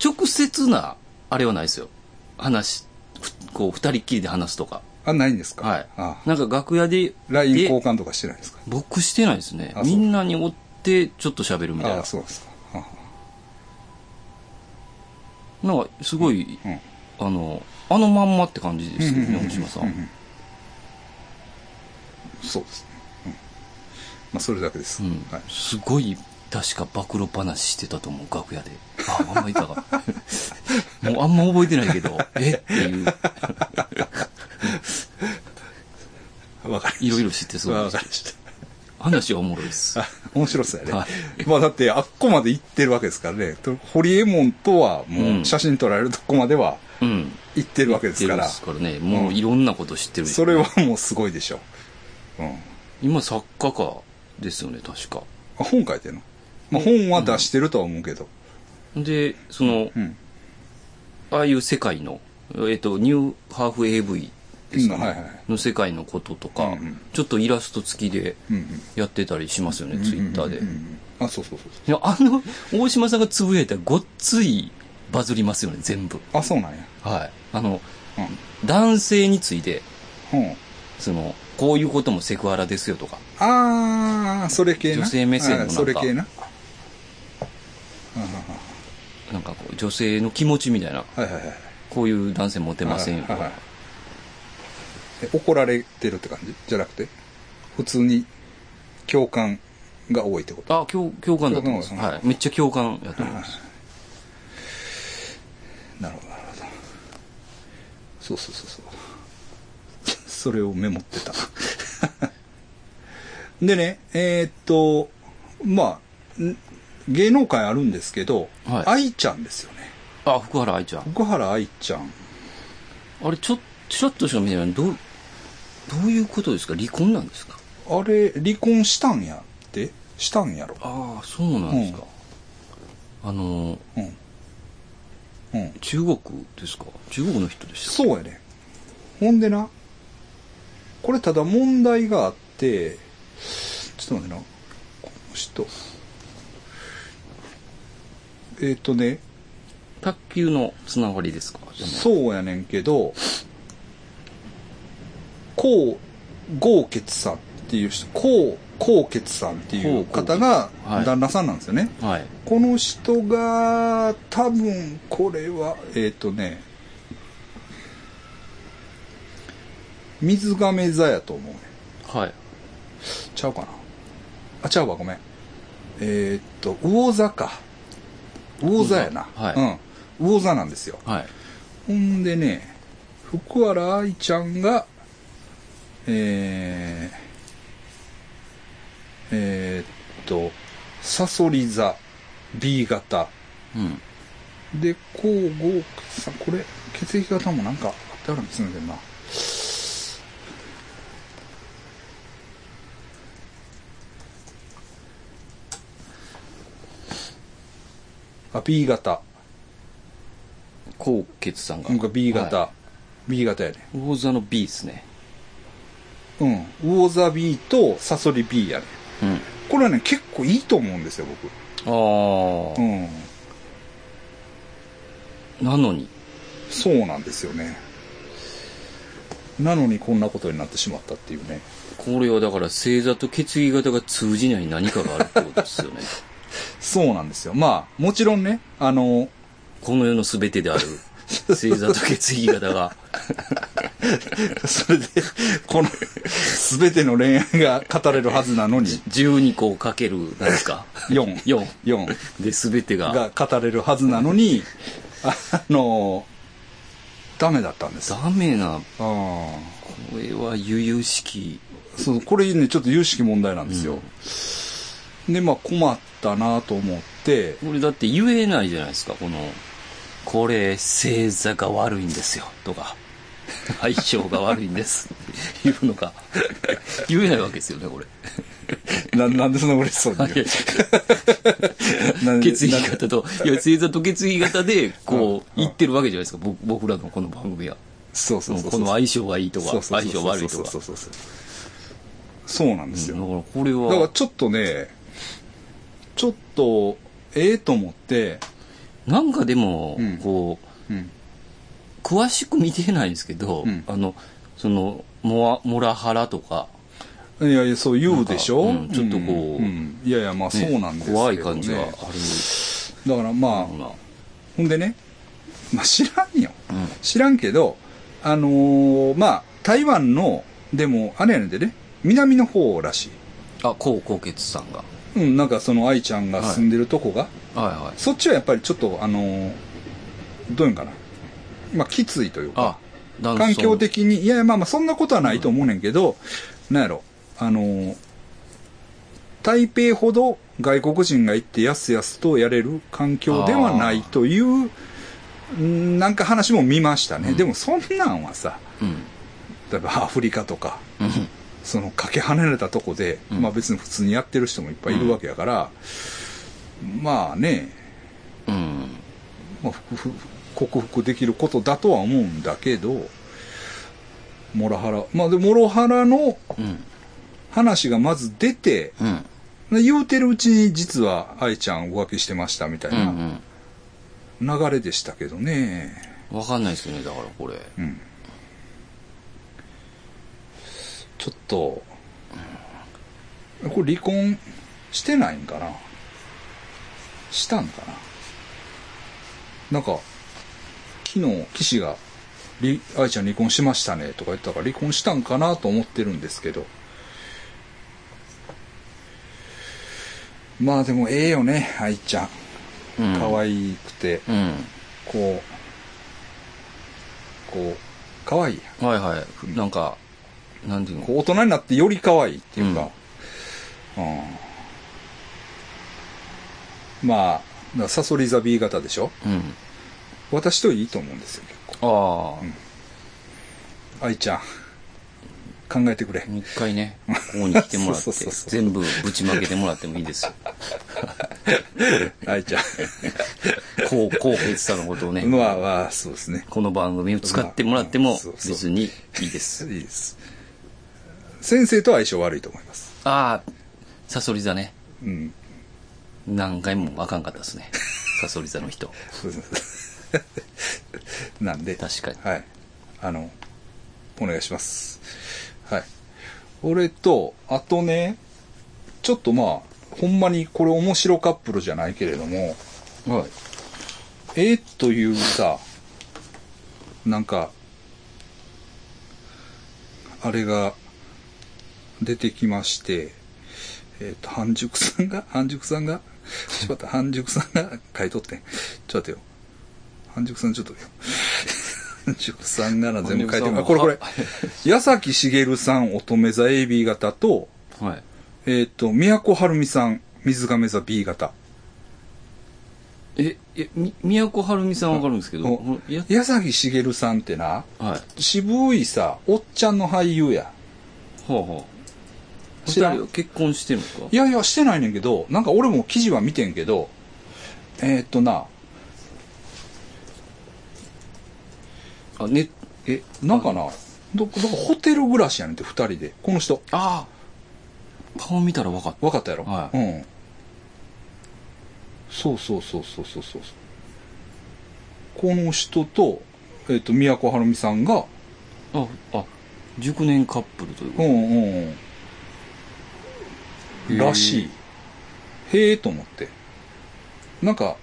直接な、あれはないですよ。話、ふこう、二人っきりで話すとか。あ、ないんですかはいあ。なんか楽屋で、 LINE で交換とかしてないんですか僕してないですねあ。そうみんなに追って、ちょっと喋るみたいあなあ、。そうですか。あなんか、すごい、うんあの、あのまんまって感じですようんうんうんうね、ん大島さん。そうですね。うんまあ、それだけです。うんはい。すごい、確か暴露話してたと思う、楽屋で。あ、あんまいたか。 もうあんま覚えてないけど、えっていう。わかりましたいろいろ知ってそうわ でかすりました話はおもろいです あ面白そうやね、はまあだってあっこまで行ってるわけですからねと堀エモ門とはもううん写真撮られるとこまではうん行ってるわけですから、知ってるんですからねもういろんなこと知ってるでしょそれはもうすごいでしょう、うん、今作家かですよね確かあ本書いてんの、まあ、本は出してるとは思うけど、でその、んああいう世界の、えっとニューハーフ AV ですかね、うんはいはいの世界のこととか、うんうんちょっとイラスト付きでうんうんやってたりしますよね、ツイッターで、うんうんうんうんあそうそうそういやあの大島さんがつぶやいたごっついバズりますよね全そ部うあそうなんやはいあのうん男性についてうんそのこういうこともセクハラですよとかああそれ系な女性目線のなんあかそれ系ななんかこう女性の気持ちみたいなはいはいはいこういう男性モテませんよとはいか、はいはいえ怒られてるって感じじゃなくて普通に共感が多いってことあ共共感だと思います、共感はい、めっちゃ共感やと思います、なるほどなるほどそうそうそうそうそれをメモってた でねえーっとまあん芸能界あるんですけど、はい愛ちゃんですよねあ福原愛ちゃん福原愛ちゃんあれちょちょっとしか見てないどうどういうことですか離婚なんですかあれ離婚したんやってしたんやろああそうなんですか、あのうんうん中国ですか中国の人でしたそうやねほんでなこれただ問題があってちょっと待ってなこの人えっ、とね卓球のつながりですかでもそうやねんけどこう豪傑さんっていう人こう豪傑さんっていう方が江はい旦那さんなんですよね、はいこの人が多分これはえっ、とね水亀座やと思うねはいちゃうかなあちゃうわごめんえっ、と魚座か魚座やな魚座うん、魚座なんですよはいほんでね福原愛ちゃんがえー、えーっとさそり座 B 型うんで、こう、ごさん、これ、血液型もなんか、あるんですんだよな。あ、B 型。高傑さんがなんか B 型。は B 型やね。い魚座の B ですねうん。魚座 B とサソリ B やね。うんこれはね、結構いいと思うんですよ、ああ、僕。うん。なのにそうなんですよね。なのにこんなことになってしまったっていうね。これはだから星座と血液型が通じない何かがあるってことですよ ねそうなんですよ。まあ、もちろんね、あの、この世の全てである星座と血液型 がそれで、この、 すべての恋愛が語れるはずなのに、 12個かける何ですか4、 4 4で全てがが語れるはずなのに、あの、ダメだったんですよ。ダメなあーこれは悠々しきそう、これね、ちょっと有識問題なんですよ。で、まあ、困ったなと思 って、これだって言えないじゃないですかこのこれ星座が悪いんですよとか 相性が悪いんですっていうのが言えないわけですよねこれななんでそんな嬉しそうに言うなんで血液型といや星座と血液型でこう言ってるわけじゃないですか僕僕らのこの番組はそうそうそうそう。この相性がいいとかそうそう相そう性悪いとかそうそうそうそう。そうなんですよ。うんだからこれだからはちょっとね、ちょっと、ええと思って、なんかでもうんこう、うん。詳しく見てないんですけど、うんあのそのモアモラハラとかいやいや、そう言うでしょ、なんかうんちょっとこううんいやいや、まあそね、うなんですけど、ね。怖い感じはあるだからまあ、ようなほんでね、まあ知らんよ。うん知らんけど、あのーまあ、台湾の、でも、あれやねんでね、南の方らしあ高高血さんがい。うん、なんかその愛ちゃんが住んでるとこが、はいはいそっちはやっぱりちょっと、あのーどういうんかな。まあ、きついというか。あ男環境的に、いやいや、まあまあ、そんなことはないと思うねんけど、なんやろ、あのー台北ほど外国人が行ってやすやすとやれる環境ではないという、うんなんか話も見ましたね。でもそんなんはさ、うん。例えばアフリカとか、うん。そのかけ離れたとこで、うんまあ別に普通にやってる人もいっぱいいるわけやから、まあね、うん。まあ、ふふ克服できることだとは思うんだけど、モラハラ、まあで、モラハラのうん。話がまず出て、うん。で言うてるうちに実は愛ちゃん浮気してましたみたいうん。う。なん流れでしたけどね。わかんないですよね、だからこれ。うん。ちょっと、これ離婚してないんかなしたんかななんか、昨日、岸が、り愛ちゃん離婚しましたねとか言ったから離婚したんかなと思ってるんですけど。まあでもええよね、愛ちゃん。うん。可愛くて。うん。こう、こう、可愛いやんはいはい。なんか、なんていうのこう大人になってより可愛いっていうか、うん。まあ、だからサソリ座 B 型でしょうん。私といいと思うんですよ、結構。ああ、愛ちゃん、考えてくれ。一回ね、 ここに来てもらっそうそうてそうそ、う全部ぶちまけてもらってもいいですよ。愛ちゃ こう、こう、ペツさんのことをね、ん。まあまあ、そうですね。この番組を使ってもらってまもあそう、そう別にいいです。いいです。先生とは相性悪いと思います。ああ、サソリ座ね。うん。何回もあかんかったです ね。サソリ座の人。そうです。 なんで。確かに。はい。あの、お願いします。はい。俺と、あとね、ちょっとまあ、ほんまにこれ面白カップルじゃないけれども、はい。えー、というさ、なんか、あれが出てきまして、えっ、と、半熟さんが、半熟さんが、ちょっと待って、半熟さんが書いとってん。ちょっと待ってよ。半熟さんちょっとよ。半熟さんがな全部書いてる。あ、これこれ。矢崎茂さん、乙女座 AB 型と、はい。えっ、と、宮古晴美さん、水亀座 B 型。え、え、み、宮古春美さんわかるんですけど、おこのや矢崎茂さんってな、はい。は渋いさおっちゃんの俳優やあはあ。知らん二人は結婚してるんですかいやいやしてないねんけどなんか俺も記事は見てんけどえー、っとなあ、ね、え、なんかなどどこホテル暮らしやねんって2人でこの人ああ顔見たらわかった。分かったやろ、はいうんそうそうそうそうそうそうこの人と,、えーっと宮古晴美さんがあ、あ、熟年カップルといううこんうんうへんーらしいへえと思ってなんか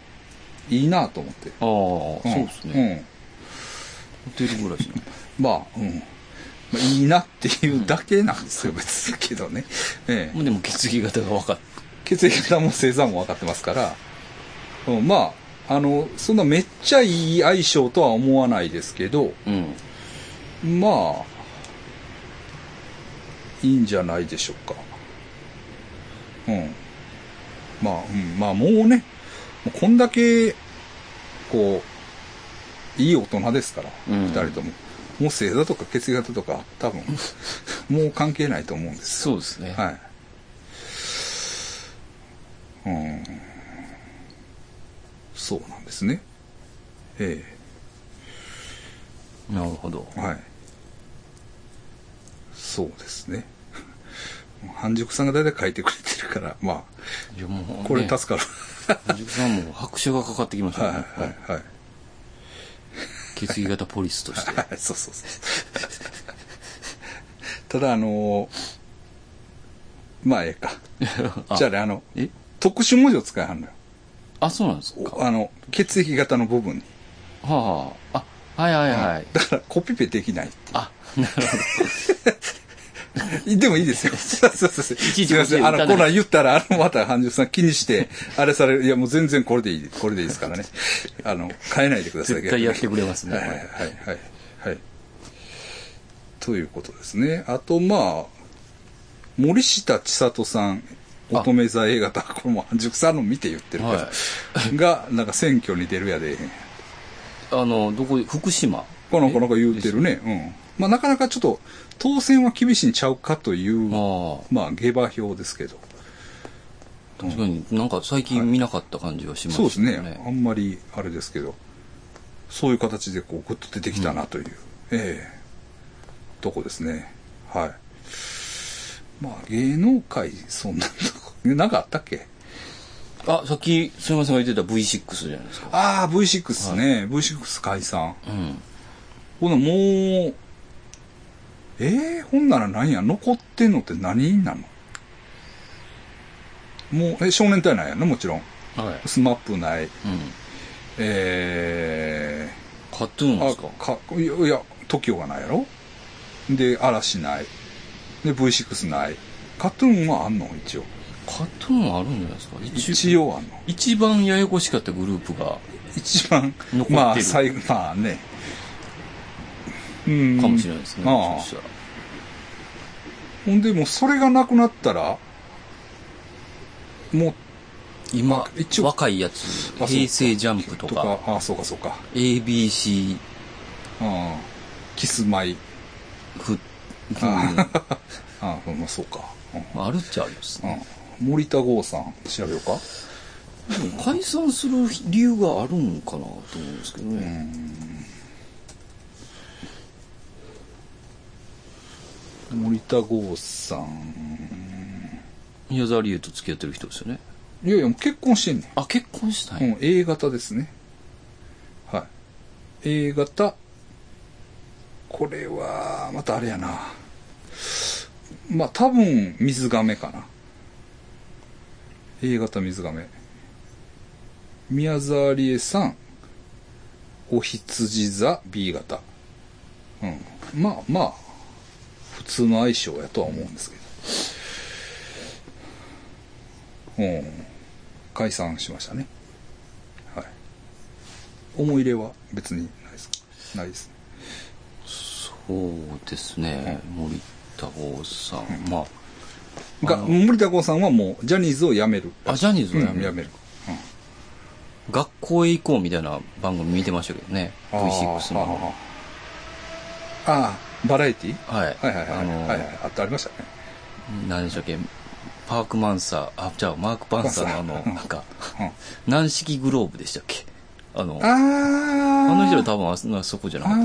いいなと思ってと。ああ、そうですね。うんホテル暮らしの。まあ、うん。まあ、いいなっていうだけなんですよ、別にけどね。ええ。まあでも血液型が分かっ血液型も星座も分かってますから、うん、まあ、あの、そんなめっちゃいい相性とは思わないですけど、た。うん。まあ、いいんじゃないでしょうか。うん。まあ、うん、まあもうね、もうこんだけ、こう、いい大人ですから、う二、ん人とも。もう星座とか血液型とか、多 分、もう関係ないと思うんです。そうですね。はい。うん。そうなんですね。ええなるほど。はい。そうですね。 半熟さんが大体書いてくれてるから、まいやもあ、う、これた助かる。塾さんも拍手がかかってきましたはいね。はいはい。血液型ポリスとして。 はい、そうそうそう。ただ、あのーまあ、ええか。じゃあね、あの、え特殊文字を使いはんのよ。あ、そうなんですか。あの、血液型の部分に。はあ。あ、はいはいはい。だから、コピペできない。あ、なるほど。でもいい ですよ。そうそうそう。ちいちすいません。あ打たの、なこいんなん言ったら、あの、また、半熟さん気にして、あれされる。いや、もう全然これでいい、これでいいですからね。あの、変えないでください。絶対やってくれますね。はいはいはいはい。はい。ということですね。あと、まあ、森下千里さん乙女座 A 型これも塾さんの見て言ってるけど、はがなんか選挙に出るやであの、どこ、福島。この子の子言うてるねうんまあなかなかちょっと当選は厳しいんちゃうかというああ、まあ下馬評ですけど確かになんか最近見なかった感じはしましたそうね。ですね。あんまり、あれですけど、そういう形でこう、ぐっと出てきたなという、ええとこですね。はい。まあ、芸能界、そんなとこ。なんかあったっけあ、さっき、すみませんが言ってた V6 じゃないですか。ああ、V6 ですね。V6 解散。うん。ほな、もう、ええほんなら何や残ってんのって何なのもう、え、少年隊なんやね、もちろん。はい。スマップない。うん。ええカトゥーンですかあかいやいや TOKIO がないやろで嵐ないで V6 ないカトゥーンはあんの一応カトゥーンあるんじゃないですか一一応あんの一番ややこしかったグループが、一番残ってるまあ最後まあねうんかもしれないですね。ああそしたら。ほんでもうそれがなくなったらもう今、一応若いやつあそう、か平成ジャンプととか、かああそうかそうか ABC、うんキスマイふ、うんああまあそうか、うんまああるっちゃありますね。うん、森田剛さん調べようかでも解散する理由があるんかなと思うんですけどね。森田剛さん宮沢りえと付き合ってる人ですよね。いやいや結婚してんねんあ、結婚したんや。うん、A 型ですね。はい。A 型。これは、またあれやな。まあ、多分、水亀かな。A 型水亀。宮沢りえさん、お羊座 B 型。うん。まあまあ、普通の相性やとは思うんですけど。うん。解散しましたね。はい。思い入れは別にないですかないですね。そうですね。森田剛さん。まあ、が、森田剛さんはもう、ジャニーズを辞める。あ、ジャニーうズをんやめる辞める。学校へ行こうみたいな番組見てましたけどね。あー V6 の。。あーあー、バラエティはい。はいはいはい。あの、はいはい。あった、ありましたね。何でしたっけ、パークマンサー、あ、じゃあマークパンサーのあパンサーうの、んなんか、うん軟式グローブでしたっけあの、あああ。の人は多分あそあそこじゃなかっああ、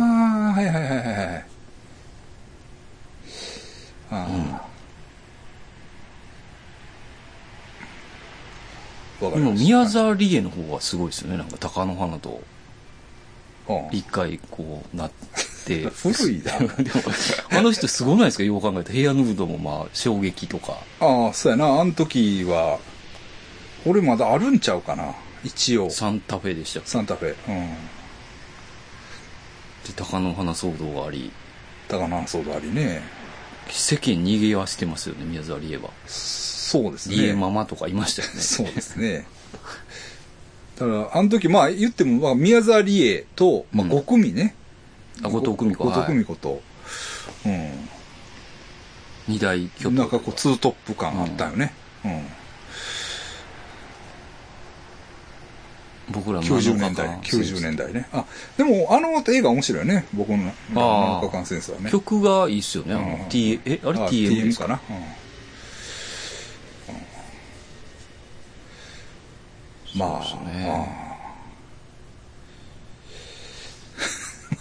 はいはいはいはいはい。ああ。わかた。でりもました宮沢りえの方がすごいですよね。なんか鷹の花とうん一回こうなって。 古いなでも、あの人すごないですかよう考えたら。平野ヌードもまあ衝撃とか。ああ、そうやな。あの時は、俺まだあるんちゃうかな。一応。サンタフェでしたっサンタフェ。うん。けで、鷹の花騒動があり、高菜ソードありね。世間逃げ合わせてますよね、宮沢りえは。そうですね。りえママとかいましたよね。そうですね。ただ、あの時、まあ言っても、まあ、宮沢りえと、まあ、うん5組ね。あ後藤久美子後は藤久美い子と。うん。二大巨頭。なんかこう、ツートップ感あったよね。うん。僕らの90年代、90年代ね。あ、でも、あの映画面白いよね。僕のあー7日間センスはね。曲がいいっすよね。あのうん T、え、あれあ TM ですかかな。うんまあ、そうですねあー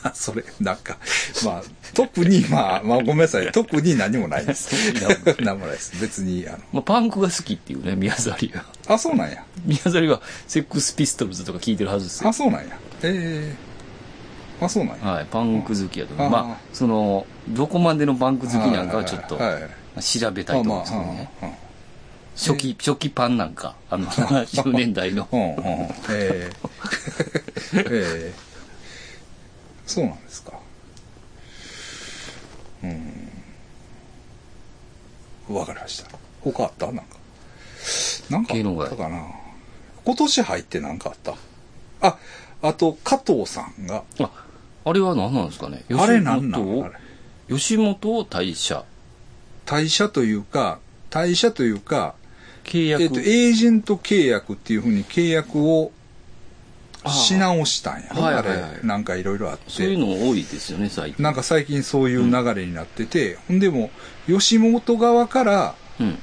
まあ、それ、なんか、まあ、特に、まあ、まあ、ごめんなさい。特に何もない です。何もないです。別に、あの、まあ、パンクが好きっていうね、宮沢りえは。あ、そうなんや。宮沢りえはセックスピストルズとか聞いてるはずですあ、よ。そうなんや。ええあ、そうなんや。はい、パンク好きやと思う。うんあまああ、その、どこまでのパンク好きなんかはちょっとはいはいはい調べたいと思うんですけどね。あ、まあ、初期、初期パンなんか、あの、70年代のう。ん、うん、うんうん。ええええそうなんですか。うん。わかりました。他あったなんか。なんかあったかな。今年入ってなんかあったあ、あと、加藤さんが。あ、あれは何なんですかね。あれなんなんあ吉本れ吉本を退社。退社というか、退社というか、契約、えっと、エージェント契約っていうふうに契約をし直したんやろはいあはいはいれ、なんかいろいろあって。そういうの多いですよね、最近。なんか最近そういう流れになってて、ほんでも、吉本側から、うん。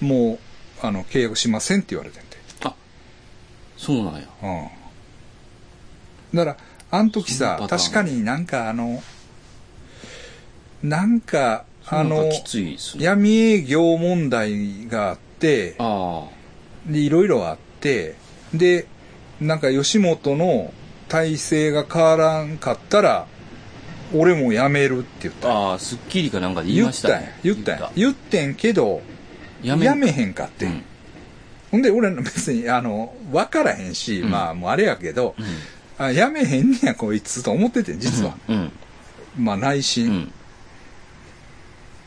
もう、あの、契約しませんって言われてんて。あ、そうなんや。うん。だから、あの時そさの、パターン確かになんかあの、なんか、あなんのか、きついですね。闇営業問題があって、あで、いろいろあって、で、なんか吉本の体制が変わらんかったら、俺も辞めるって言ったあ、んや。ああ、スッキリかなんかで言い言まっしたたんやね。言ったんや言ってんけどややめめへんかって、うんほんで俺ら別にあの分からへんし、うんまあもうあれやけど、うあやめへんねやこいつと思っててん実は、ん。まあ内うん。う心、ん。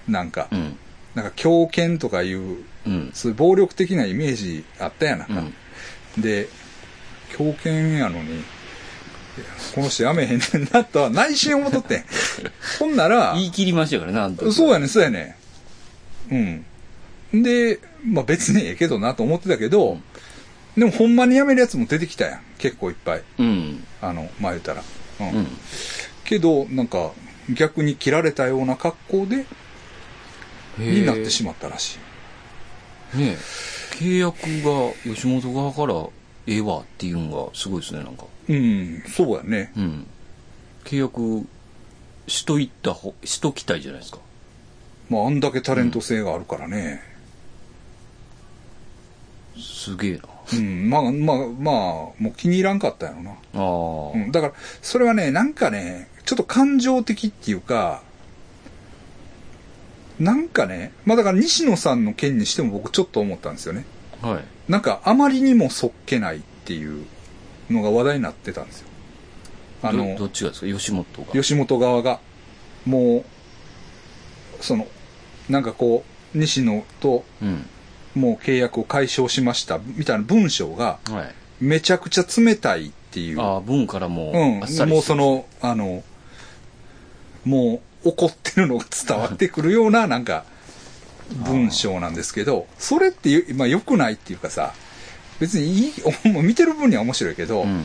なんか、うん。なんか強権とかいううん。そういう暴力的なイメージあったやなう、ん。で強権やのにこの人やめへんねんなとは内心思っと ってんほんなら言い切りましたからね、あの時そうやね、そうやね。うん。で、まあ別にええけどなと思ってたけど、でもほんまに辞めるやつも出てきたやん。結構いっぱい。うん。あの、まあ言うたら。うん。うん。けど、なんか、逆に切られたような格好で、になってしまったらしい。まう。ねえ契約が吉本側からええわっていうのがすごいですね、なんか。うん、そうやね。うん。契約しといったほ、しときたいじゃないですか。まああんだけタレント性があるからね。すげえな。うん、まあまあまあ、もう気に入らんかったやろな。ああ。うん、だから、それはね、なんかね、ちょっと感情的っていうか、なんかね、まあだから西野さんの件にしても僕ちょっと思ったんですよね。はい。なんかあまりにもそっけないっていうのが話題になってたんですよ。あどどのっ、ちがですか吉本が。吉本側が、もう、その、なんかこう、西野とうん。もう契約を解消しましたみたいな文章がはい。めちゃくちゃ冷たいっていう。ああ、文からもあっうさん、りもうしてその、あの、もう怒ってるのが伝わってくるような、なんか、文章なんですけど、それってよ、まあ良くないっていうかさ、別にいい、お見てる分には面白いけど、うん。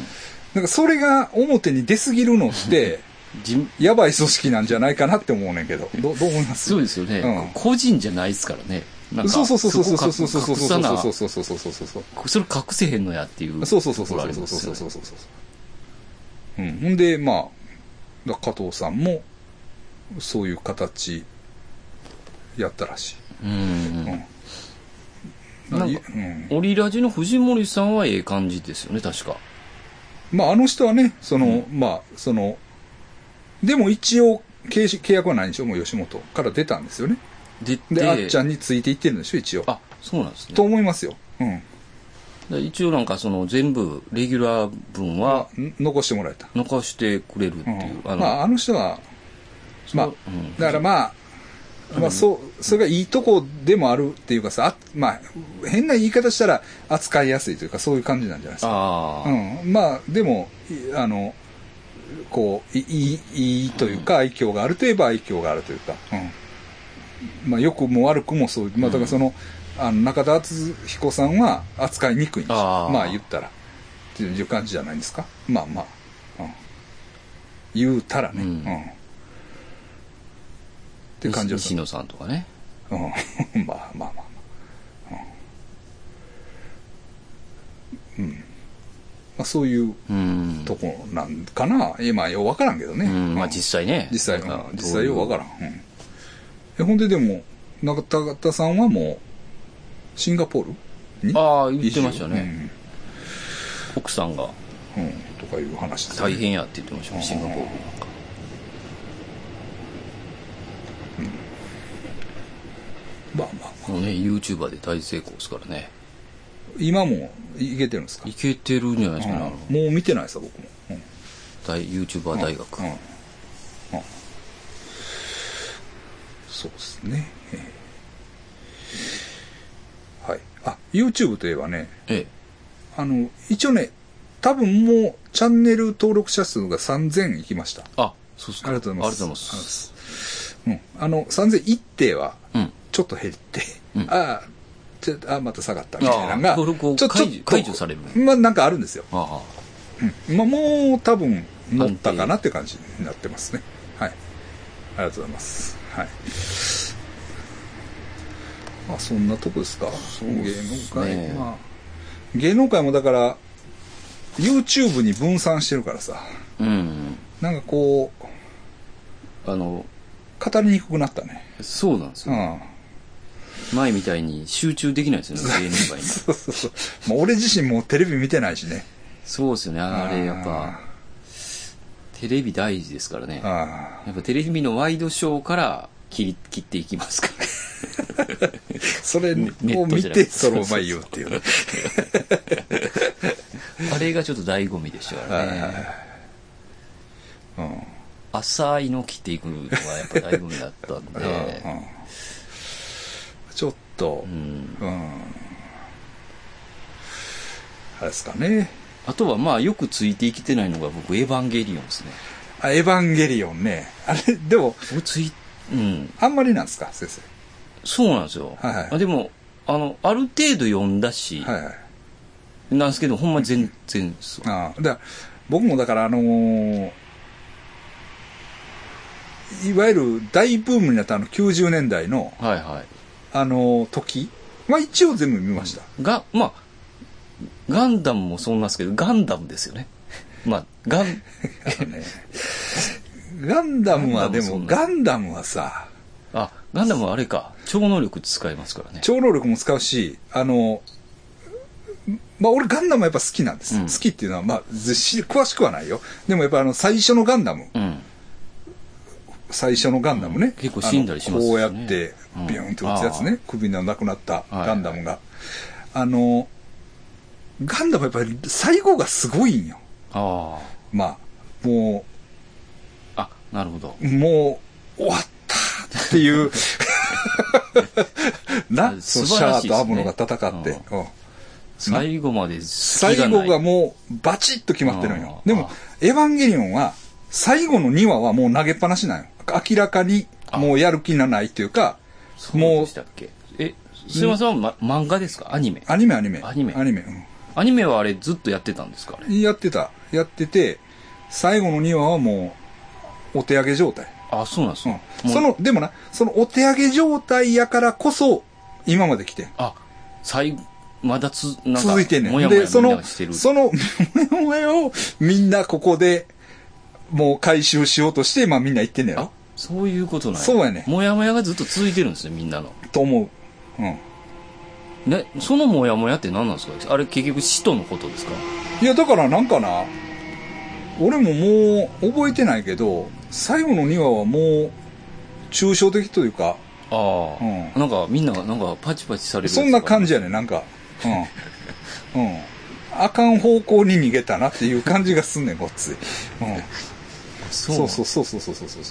なんかそれが表に出すぎるのって、人やばい組織なんじゃないかなって思うねんけど、どどう思いますそうですよね、うん個人じゃないですからね。なんかそうそうそうそうそうそうそそうこそう隠そさうなそうそうそうそうそうそうそうそれ隠せへんのやっていう。そうそうそうそうそうところありそうますそうよそうねそうそうそう。うん。ほんで、まあ、だ加藤さんも、そういう形、やったらしうんい。うん。うん。なんいかうん、オリラジの藤森さんはええ感じですよね、確か。まあ、あの人はね、その、まあ、その、でも一応、契し契約はないんでしょもう吉本から出たんですよね。で、で、であっちゃんについていってるんでしょ一応。あそうなんですね。と思いますよ。うん。だ一応なんかその全部、レギュラー分はん残してもらえた。残してくれるってういんう。。まあ、あの人は、そまあううんだからまあ、まあ、そう、それがいいとこでもあるっていうかさ、あまあ、変な言い方したら扱いやすいというか、そういう感じなんじゃないですか。ああ、うん。まあ、でも、いあの、こう、いいい、いいというか、愛嬌があるといえば愛嬌があるというか、うん。まあ、良くも悪くもそういう、まあ、だからその、あの、中田敦彦さんは扱いにくいんですよあーまあ、言ったら。っていう感じじゃないですか。まあまあ、うん。言うたらね、ううんん。って感じはす西る。野さんとかね。うん、 まあまあまあまあ。うん。うんまあそういううん。とこなんかな今よう分からんけどね。うん、まあうん実際ね。実際、なんうかん実際よう分からん。うんえ、ほんででも、中田さんはもう、シンガポールにああ、言ってましたね。。奥さんが移住うん。うんとかいう話ですね大変やって言ってましたね、シンガポールなんか。まあまあ。もうね、YouTuber で大成功ですからね。今もいけてるんですかいけてるんじゃないですかね、あのうんもう見てないさ、僕も。うん大 YouTuber 大学。うんうんそうですね、ええはいあ YouTube といえばねええ。あの一応ね多分もうチャンネル登録者数が3000いきましたああ、そうっすか。りがとうございますあありがとうございます。りがとうございますうん、あの3000一定はうん。ちょっと減って、うんああ、ちょああ、また下がったみたいなのあが、あち登録ょをちょ解除解除されるまあなんかあるんですよ。あうんまあもう多分乗ったかなって感じになってますね。はい。ありがとうございます。はい。まあそんなとこですか。うですね芸能界。まあ芸能界もだから、YouTube に分散してるからさ、あうんなんかこう、あの語りにくくなったね。そうなんですうよ、ん。前みたいに集中できないですよね芸能界にそうそうそう。まあ俺自身もうテレビ見てないしね。そうですよねあれやっぱテレビ大事ですからねああ。やっぱテレビのワイドショーから切り切っていきますからそれをネット見じゃなて、いそれをまあ言うっていうね。 あれがちょっと醍醐味でしたからはいはいはね。うん。浅いの切っていくのがやっぱ醍醐味だったん うで。んちょっとう、ん、うん。あれですかね。あとはまあよくついていけてないのが僕、エヴァンゲリオンですね。あ、エヴァンゲリオンね。あれ、でも、僕つい、うん。あんまりなんですか、先生。そうなんですよ。はいはいあでも、あの、ある程度読んだし、はいはい。なんですけど、ほんま全然ですわああだ僕もだから、あのーいわゆる大ブームになったあの90年代の、はいはあのー時まあ一応全部見ま した。い。が、まあ、ガンダムもそうなんですけど、ガンダムですよね。 まあ、ガン、あのねガンダムはでも、ガガンダムはさ、あ、ガンダムはあれか、超能力使いますからね。超能力も使うし、あの、まあ俺ガンダムはやっぱ好きなんです。うん好きっていうのは、まあ、ずし詳しくはないよ。でもやっぱあの、最初のガンダム、うん。最初のガンダムね。うん結構死んだりしますあのよねこうやって、ビューンって打つやつうねん。首のなくなったガンダムが。あの、ガンダムやっぱり最後がすごいんよ。あまあ、もあ。あ、なるほど。う、もう、終わったっていう。な、そう素シ晴ャらアしいですねとアムロが戦って。うん最後まで最隙がない後がもうバチッと決まってるんよ。うんでもあ、エヴァンゲリオンは、最後の2話はもう投げっぱなしなんよ。明らかに、もうやる気がないというか、そうもうでし、たっけえ、すいません、ま、漫画ですかアニメ。アニメアニメ。アニメアニメ。うんアニメはあれずっとやってたんですかあれやってた。やってて、最後の2話はもう、お手上げ状態。あ、そうなんですうねん。そもう、の、でもな、そのお手上げ状態やからこそ、今まで来てん。あ、最、まだつ、なんか、続いてんねもん。やもやで、そみんなの、がしてるその、もやもやをみんなここで、もう回収しようとして、まあみんな言ってんねやろあ、そういうことなんそうやねもやもやがずっと続いてるんですね、みんなの。と思う。うん。ね、そのもやもやって何なんですかあれ結局死とのことですかいや、だからなんかな、俺ももう覚えてないけど、最後の2話はもう、抽象的というか、ああ、うなんかみんながなんかパチパチされる。そんな感じ。じやね、なんか。 うん。うん。あかん方向に逃げたなっていう感じがすんねん、こっち。うん。そうそうそうそうそうそうそそうなんですう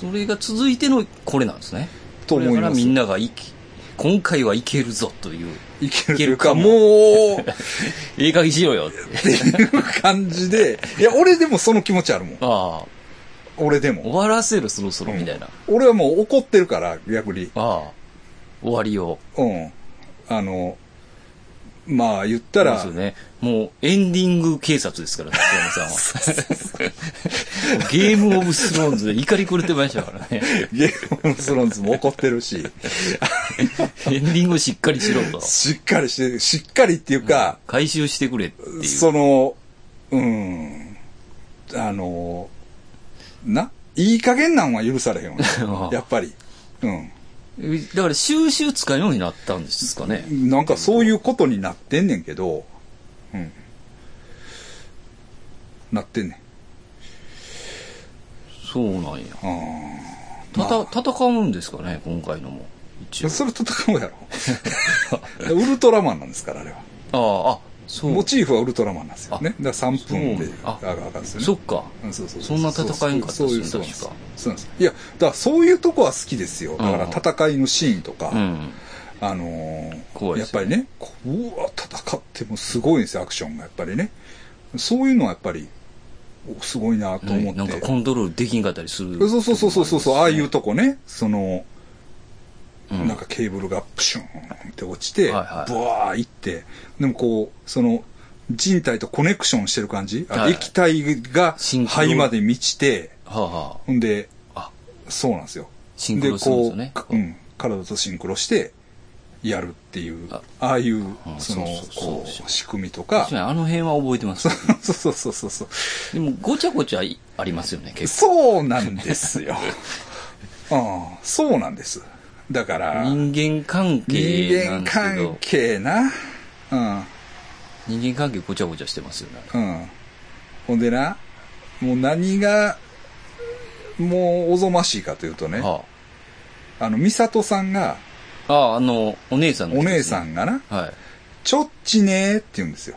そうそれが続いてのこれなんですね。と思いますこれからみんながいき、今回はいけるぞという、いけるといけいうるか、かももう、っいい加減しろよって。ていう感じで、いや、俺でもその気持ちあるもん。ああ、俺でも終。わらせるそろそろみたいな。俺はもう怒ってるから、逆に。ああ、終わりよ。うん。あの、まあ言ったら、そうですよね。もうエンディング警察ですから、竹山さんは。 ゲームオブスローンズで怒り狂ってましたからね。ゲームオブスローンズも怒ってる し、エンディングをしっかりしろ と。しっかりして、しっかりっていうか、回収してくれっていう。その、うん、あの、な、いい加減なんは許されへんよね ああやっぱり。うん。だから収集使うようになったんですかね。なんかそういうことになってんねんけど、うん。なってんねん。そうなんや。あたた、戦うんですかね、今回のも。一あ応。それ戦うやろ。 ウルトラマンなんですから、あれは。ああ、あ、そう。モチーフはウルトラマンなんですよね。だから3分でそうああが上がるんですよね。そっか。うんそうそうそんな戦いんかったそうですそうねそういうそう確かそうなんですいやだからそういうとこは好きですよだうんから戦いのシーンとか、うん。あのー怖いやっですぱねりねこううわ戦ってもすごいんですよアクションがやっぱりねそういうのはやっぱりおすごいなと思って、なんかコントロールできんかったりする。そうそうそうそうそうそうああいうとこねそのなんかケーブルがプシューンって落ちて、ブはいワはいーいって、でもこう、その、人体とコネクションしてる感じ、あはい液体がシンクロ肺まで満ちて、はあ、はほんで、あ、あ、そうなんですよ。シンクロするんですよねこううん。体とシンクロして、やるっていう、あああいう、んその、そうそうそうこそうう、仕組みとか確、かにあの辺は覚え てます。そうそうそうそう。でも、ごちゃごちゃいありますよね、結そうなんです よ。うん、そうなんです。だか構。ら、人間関係人な間んですけ関ど、係な。うん。人間関係ごちゃごちゃしてますよね。うん。ほんでな、もう何が、もうおぞましいかというとね、はあの、美里さんが、あ、ああ、あの、お姉さんの、お姉さ。んがな、はい。ちょっちねーって言うんですよ。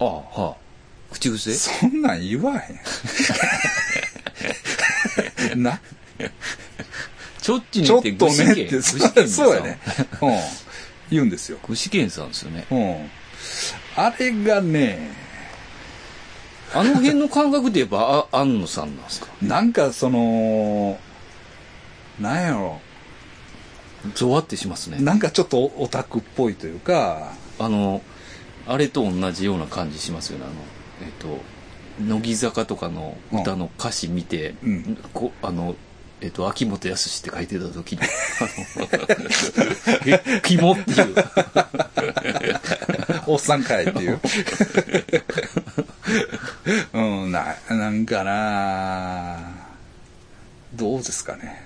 ああ、はあ。口癖そんなん言わへ ん。な、ちょっちちにょっっとてねっ具志堅て、具志堅そうさやんね。うん。言うんですよ。具志堅さんですよね。うん。あれがね、あの辺の感覚で言えば、あ、安野さんなんですかなんかその、なんやろ、ゾワってしますね。なんかちょっとオタクっぽいという か、あの、あれと同じような感じしますよね。あの、えっと、乃木坂とかの歌の歌詞見て、うんこあの、えっと、秋元康って書いてた 時に、 あのえ、キモっ ていう。おっさんかいっていう。 うん、な、なんかなどうですかね。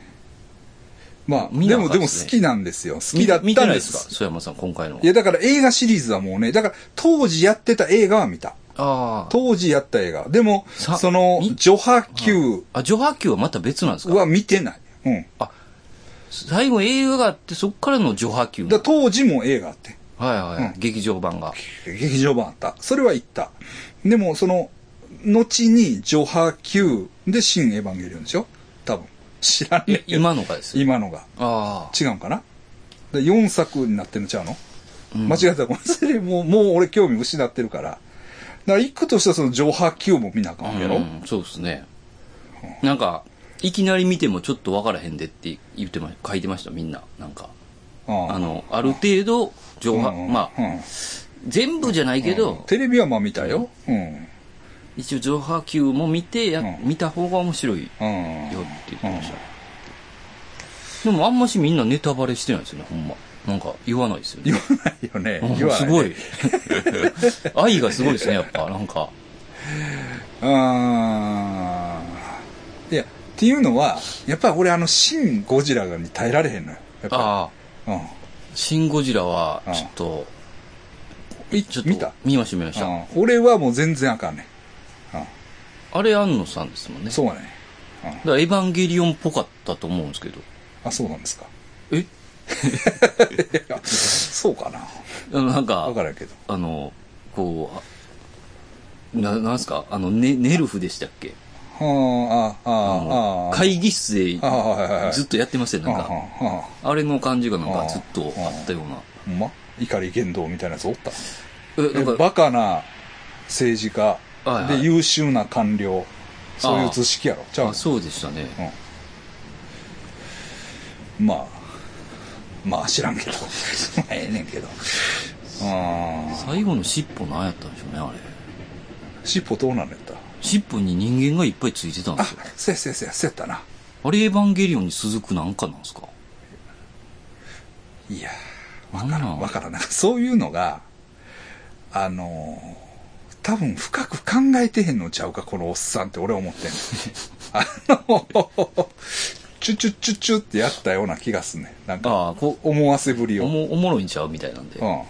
まあ、見でなかっも、たででもす好ねきなんですよ。好きだったん見でてないです。。すか曽山さん、今回のはいや、だから映画シリーズはもうね、だから当時やってた映画は見た。ああ。当時やった映画。でも、さその、みジョハ Q あ、ジョハ級はまた別なんですかは見てない。うん。最後映画があって、そっからのジョハ級のだから当時も映画あって。はいはい、うん劇場版 が。劇場版あった。それは行った。でも、その、後に、ジョハ Q で、新エヴァンゲリオンでしょ多分。知らねえ。今のがです。今のが。あ違うんかなで ?4 作になってんのちゃうの、ん間違えたらごめんなさい。もう、もう俺興味失ってるから。だから、行くとしたらその、ジョハ Q も見なあかあ。んやろ、うんそうですね。なんか、いきなり見てもちょっとわからへんでって言ってま書いてました、みんな。なんか。ああの、ある程度、上あ波、まあ、全部じゃないけど、テレビはまあ見たよ。うん。一応上波級も見てや、うん見た方が面白いうよっん。て言ってました。でもあんましみんなネタバレしてないですよね、ほんま。なんか言わないですよね言。わないよね。言わうんない、すね。ごい。愛がすごい ですね、やっぱ。なんか。あーいや、っていうのは、やっぱり俺あの、シン・ゴジラに耐えられへんのよ。やっぱああ、り。うんシン・ゴジラはうん、ちょっと、いちょっと、見た見ました、見ましうた。ん俺はもう全然あかんねあれ、安野さんですもんね。ん。そうね。だからエヴァンゲリオンっぽかったと思うんですけど。あ、そうなんですか。えいやそうかな。なんかわ、からんけど。あの、こう、あな、なんすかあの、ね、ネルフでしたっけうんあ、あ、あのあ、あ、会議室であはいはいはいずっとやってましたよ、あなんか。あ、あ、あれの感じがなんかずっとあったようほんま怒り言動みたいなやつおったな。え、なんか、バカな政治家、はいはいで、優秀な官僚、そういう図式やろ。ちゃうのあそうでしたね。うんまあまあ知らんけど まあええねんけどあ最後の尻尾なんやったんでしょうね、あれ。尻尾どうなんやった尻尾に人間がいっぱいついてたんであすよ。せやせやせやせやったなあれ、エヴァンゲリオンに続くなんかなんですかいやわからんわからんないそういうのがあのー多分深く考えてへんのちゃうかこのおっさんって俺は思って んのあのチュチュチュチュってやったような気がすんねんなんかああ、こう、思わせぶりをおも、おもろいんちゃうみたいなんで。うん。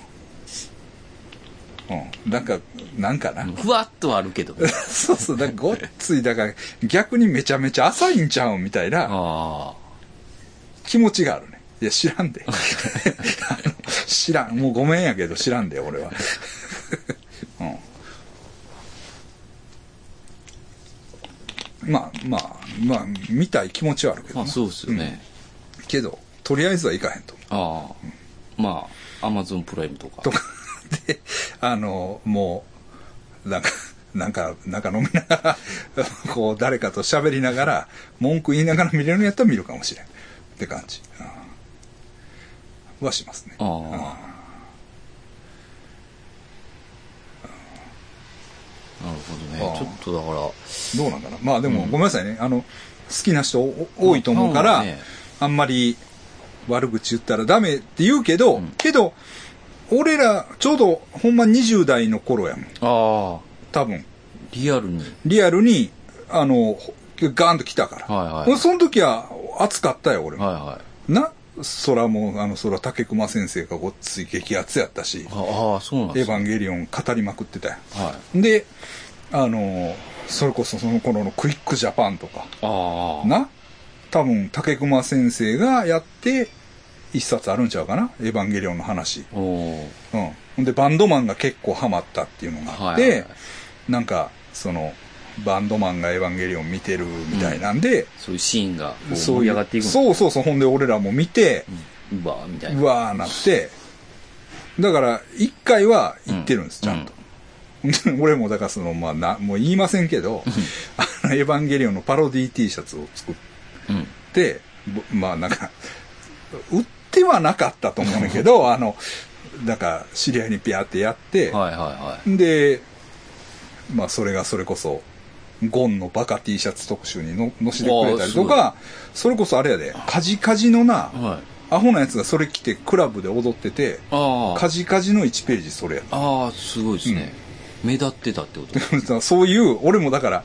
うん。なんか、なんかな。ふわっとはあるけど。 そうそう、だからごっつい、だから逆にめちゃめちゃ浅いんちゃうんみたいな あ気持ちがあるね。いや、知らんで。 あの知らん。もうごめんやけど知らんで、俺は。 うん。まあまあ、まあ、見たい気持ちはあるけあ。どまあ、な。そうですよね。けど、とりあえずはいかへんと思う。ああ。まあ、アマゾンプライムとか。とかで、あの、もう、なんか、なんか、なんか飲みながら、こう、誰かと喋りながら、文句言いながら見れるんやったら見るかもしれん。って感じ。うんはしますね。あうんあなるほあどあね。ちょっとだから、どうなんだろう。まあでも、ごめんなさいね。あの、好きな人お多いと思うから、まあ多いねあんまり悪口言ったらダメって言うけど、けど、俺ら、ちょうどほんま20代の頃やもん。ああ、多分。リアルに。リアルに、あの、ほガーンと来たから。はいはい俺その時は暑かったよ、俺も。はいはい。な、そらもう、あの、そら竹熊先生がごっつい激アツやったし、ああ、そうなんエでヴすね。ァンゲリオン語りまくってたやはい。ん。で、あの、それこそその頃のクイックジャパンとか、ああ。な多分竹熊先生がやって一冊あるんちゃうかな「エヴァンゲリオン」の話、おお。うん、ほんでバンドマンが結構ハマったっていうのがあって、はいはいはいなんかそのバンドマンが「エヴァンゲリオン」見てるみたいなんで、そういうシーンが、こうそう盛りい上がっていうくのそうそうそうほんで俺らも見て、うわーみたいうな。わーなってだから一回は行ってるんです、うんちゃんと。 俺もだからその、まあ、なもう言いませんけど「あのエヴァンゲリオン」のパロディー T シャツを作ってうん。でぼまあなんか売ってはなかったと思うんだけどあのなんか知り合いにピャーってやって、はいはいは。でまあそれがそれこそゴンのバカ T シャツ特集にののしでくれたりとかそれこそあれやでカジカジのないはい。アホなやつがそれ着てクラブで踊っててああカ。ジカジの1ページそれやったああ、すごいですね。目立ってたってこと そういう、俺もだから、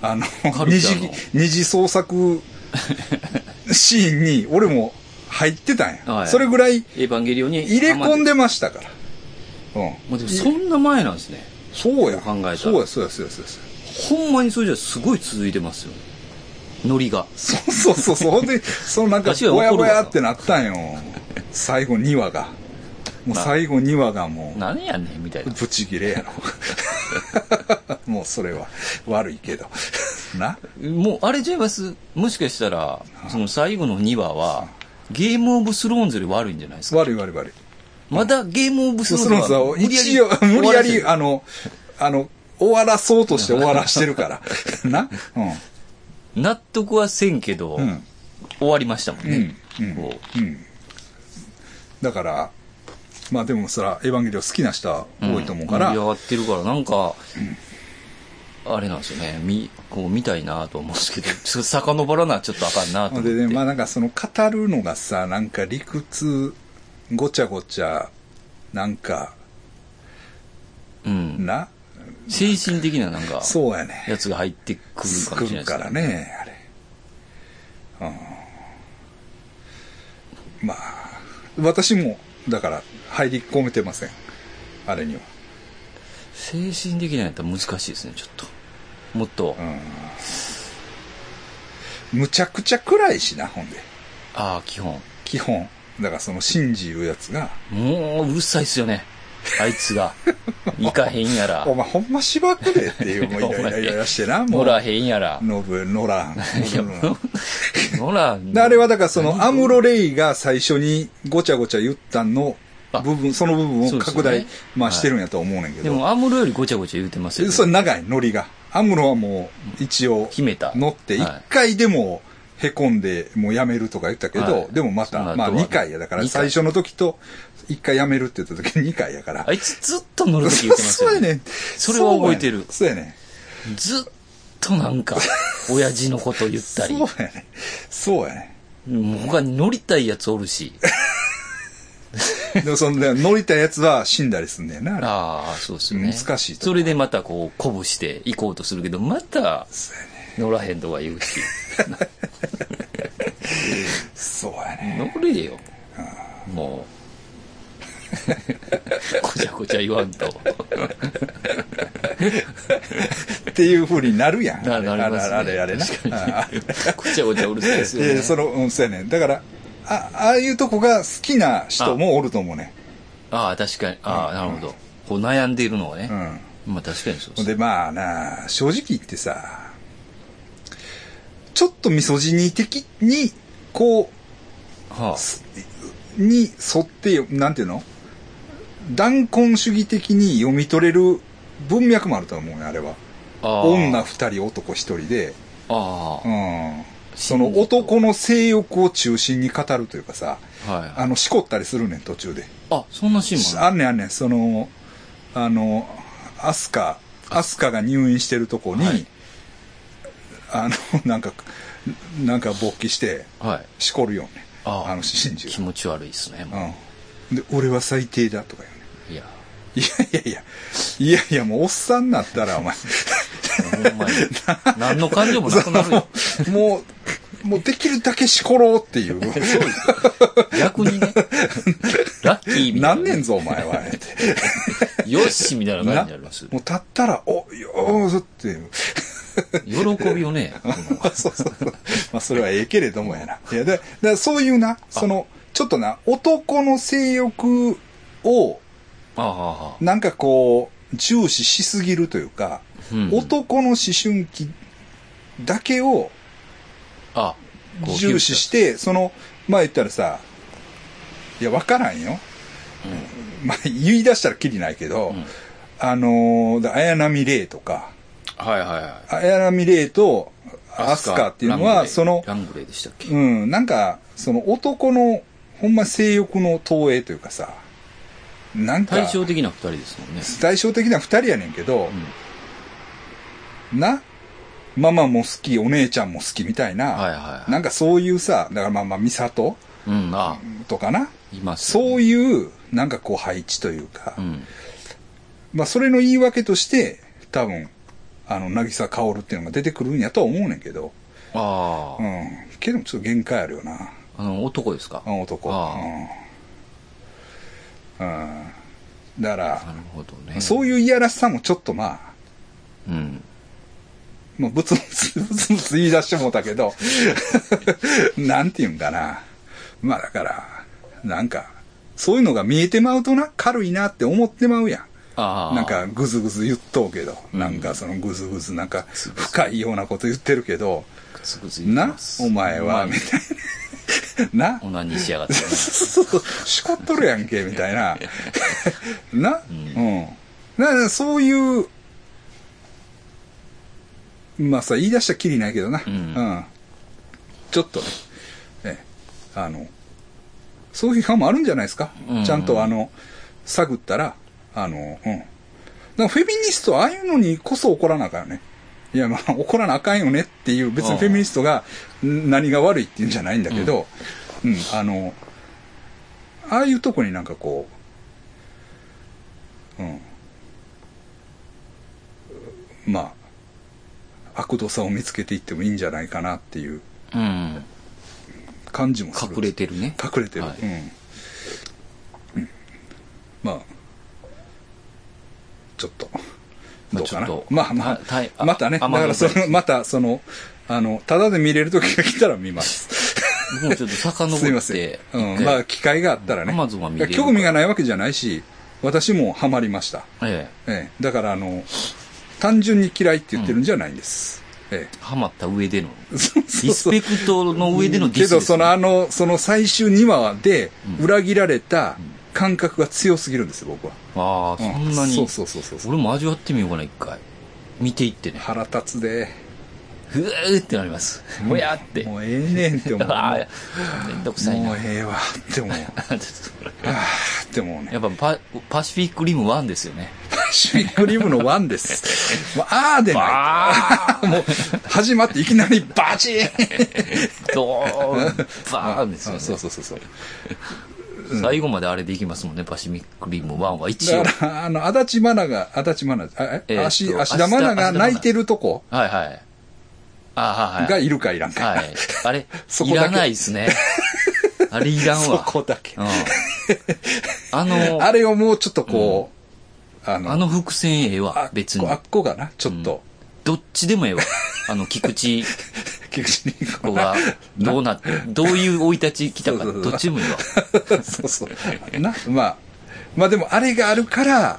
あの、カル二チャーの次、二次創 作シーンに俺も入ってたんや。はいそれぐらいエヴァンゲリオンに入れ込んで。でましたから。うん。まあでもそんな前なんですね。そうや。考えたらそうや、そうや、そうや、そうや。ほんまにそれじゃすごい続いてますよね。ノリが。そうそうそうそう。ほんで、そのなんか、私はぼ怒るわやぼやってなったんよ。最後2話が。もう最後2話がもう、何やねんみたいな。ブチギレやろ。 もうそれは悪いけど。なもう、あれちゃいますもしかしたら、その最後の2話は、ゲームオブスローンズより悪いんじゃないですか。悪い悪い悪い。まだゲームオブススロローーンンズズはは一応、無無理やり理や終り、わらあの、あの、終わらそうとして終わらしてるから。 なうせる納得はせんけど、ん。うん。終わりましたもんね。うんうんこだから、まあでもそら、エヴァンゲリオン好きな人はう多いと思うから、盛り上がってるから、なんか、あれなんですよね。み、こう見たいなと思うんですけど、 ちょっと遡らな、ちょっとあかんなと思って。でね、まあなんかその語るのがさ、なんか理屈、ごちゃごちゃ、なんか、うん。な、精神的ななんか、そうやね。やつが入ってくるかもしれない作ですねるからね、あれ。うん。まあ、私も、だから、入り込めてません。あれには。精神的なやったら難しいですね、ちょっと。もっと、むちゃくちゃ暗いしな、ほんで。ああ、基本。基本。だからその、信じるやつが、もう、うるさいっすよね。あい つが。行かへんやらお。前ほんましばくれっていう、もうイライラ イライラしてな、も乗う。らへんやら。ノブ、 ノラン。乗らで あれはだからその、アムロレイが最初にごちゃごちゃ言ったんのあ部分、その部分そをうですよね拡大、まあはいしてるんやとは思うねんけでど。も、アムロよりごちゃごちゃ言うてますよ、ね。それ長い、ノリが。アムロはもう、一応、決めた乗って、は一い回でも、へこんで、もうやめるとか言ったけはどい、でもまそのた、後まあは2回や。だから、二回最初の時と、一回やめるって言った時2回やからあ。いつずっと乗るとき言ってま すそうよ、やね。ねん。それは覚えてるそうやねん。ずっとなんか、親父のこと言ったりそ。うやねん。そうやねもう他に乗りたいやつおるし。ん。でも、その、乗りたいやつは死んだりすんねんな、あれああ、そうですよね。難しいとこそれでまたこう、鼓舞して行こうとするけど、また、そうやね乗らへんとか言うし。ん。そうやね乗れよ。もう。 ごちゃごちゃ言わんと。ん。っていう風になるやん。なあれなりますねあれ、あれ、あれな。確かにああごちゃごちゃうるさいですよえね。ーその、うん、そうやねん。だから、あ、ああいうとこが好きな人もおると思うねああ、確かに。ああ、なるほど。こう悩んでいるのはねん。う。ん。まあ確かにそうほでんす。で、まあなあ、正直言ってさ、ちょっとミソジニー的に、こはあう、すに沿ってよ、なんていうの断根主義的に読み取れる文脈もあると思うね、あれは。ああ。女二人、男一人で、あう。あん。その男の性欲を中心に語るというかさ、はいあの、しこったりするねん、途中で。あそんなシーンもああんねんあんねん、その、あの、アスカ、アスカが入院してるとこに、はいあの、なんか、なんか勃起して、るはいしこるよねん。ああの、真珠気持ち悪いですね、もうん。で、俺は最低だとか言うね。ういやいやいやいや、いやいや、もうおっさんになったら、お前、ほ んまに何の感情も なくなるよそのもう、もうできるだけしころうっていう。そうです 逆にねラッキーみたいななんねんぞ、お前 は。ってよしみたいな感じになりますもう立ったら、お、よーぞっていう。 喜びをねこのそうそうそう。まあ、それはええけれども やな。いや、だ、だそういうな、その、ちょっとな、男の性欲を、ああああなんかこう、重視しすぎるというか、うん男の思春期だけをあこう重視して、その、まあ言ったらさ、いや、わからんよ。まあ、言い出したらきりないけど、んあのーだ綾波レイとか、はいはいはい綾波レイとアスカっていうのラングは、レーその、ラングレーでしたっけ、うん、なんか、その男の、ほんま性欲の投影というかさ、なんか、対照的な二人ですもんね。対照的な二人やねんけど、な、ママも好き、お姉ちゃんも好きみたいな、はいはいはいなんかそういうさ、だからまあまあ、ミサトうん、うん、あ、とかな、います、そういう、なんかこう配置というか、うん。まあそれの言い訳として、多分、あの、渚薫っていうのが出てくるんやとは思うねんけど、あうあ、ん、けどちょっと限界あるよな。あの、男ですかあの男あうん、うん、だから、なるほどね。そういういやらしさもちょっとまあうん。まあブツブツブツブツ言い出してもうたけど なんていうんかなまあだからなんかそういうのが見えてまうとな軽いなって思ってまうやんああ、なん、かグズグズ言っとうけど、なんかそのグズグズなんか深いようなこと言ってるけど、くつくつ言ってなますお前はみたいな なおなにしやがって、ね。 そうそうしこっとるやんけ、みたいな。 な、うん、なそういう、まあさ、言い出したらきりないけどな。うんちょっとね、ええあの、そういう批判もあるんじゃないですか。うんちゃんとあの、探ったら、あの、うん。だからフェミニストはああいうのにこそ怒らなあかんよね。いや、まあ、 怒らなあかんよねっていう、別にフェミニストがん何が悪いっていうんじゃないんだけど、うん、あの、ああいうとこになんかこう、うん。まあ、悪度さを見つけていってもいいんじゃないかなっていううん。感じもする。隠れてるね。隠れてる、はいうん、うんまあちょっとまどあうかなちょっとまあまあたいああまたねだ雨からそ宿りのまたそのあのただで見れる時が来たら見ます僕もちょっと遡すいまっせて、ん、うん、まあ一機会があったらね Amazon は見れる興味がないわけじゃないし私もハマりました、回えええ、だからあの単純に嫌いって言ってるんじゃないんです、ええ、ハマった上での、え、そうそリうスそうペクトの上でのディスけですねどそのあのその最終2話で裏切られた感覚が強すぎるんですよ僕は、ああ、そんなに、そうそうそうそうそう俺も味わってみようかな、一回。見ていってね。腹立つでふーってなります。もやって。もうええねんって思う あもあ、めんどくうさいもなう。ええわって思うあちょっとあって思うね やっぱパパシフィックリム1ですよね。シュミックリムのワンですもうああで なバいもう始まっていきなりバチ ーンーンドーンバーンですよあそうね。そうそうそう最後まであれでいきますもんね、パシフィックリム1は一応だ。からあの足立愛菜が足立愛菜あえーっえと足芦田愛菜が泣いてるとこはいはい。あはいがはい。いるかいらんか、はい。あれ そ、こいだけらないですね。あれいら んそわ。こだけうん。あの、あれをもうちょっとこう、あの、あの伏線ええわあ、別にあ。っこがな、ちょっと、どっちでもええわ。あの、菊池 菊池凛子子がが、どうな、どういう生い立ち来たか、そうそうどそうっちでもいいわ。 そうそう。な、まあ、まあでもあれがあるから、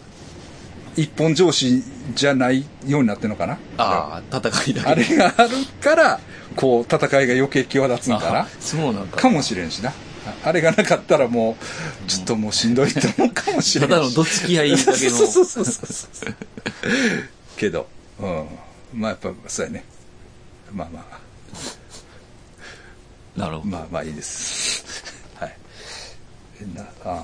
一本上司じゃないようになってるのかな。ああ、戦いだけ。あれがあるから、こう、戦いが余計際立つんかあな。そうなんか。かもしれんしな。ああれがなかったらもう、ちょっともうしんどいと思うかもしれたんだのし。どつき合いだけの。そうそうそうそうそう。けど、うん。まあやっぱ、そうやね。まあまあ。なるほど。まあまあいいです。はい。えなあー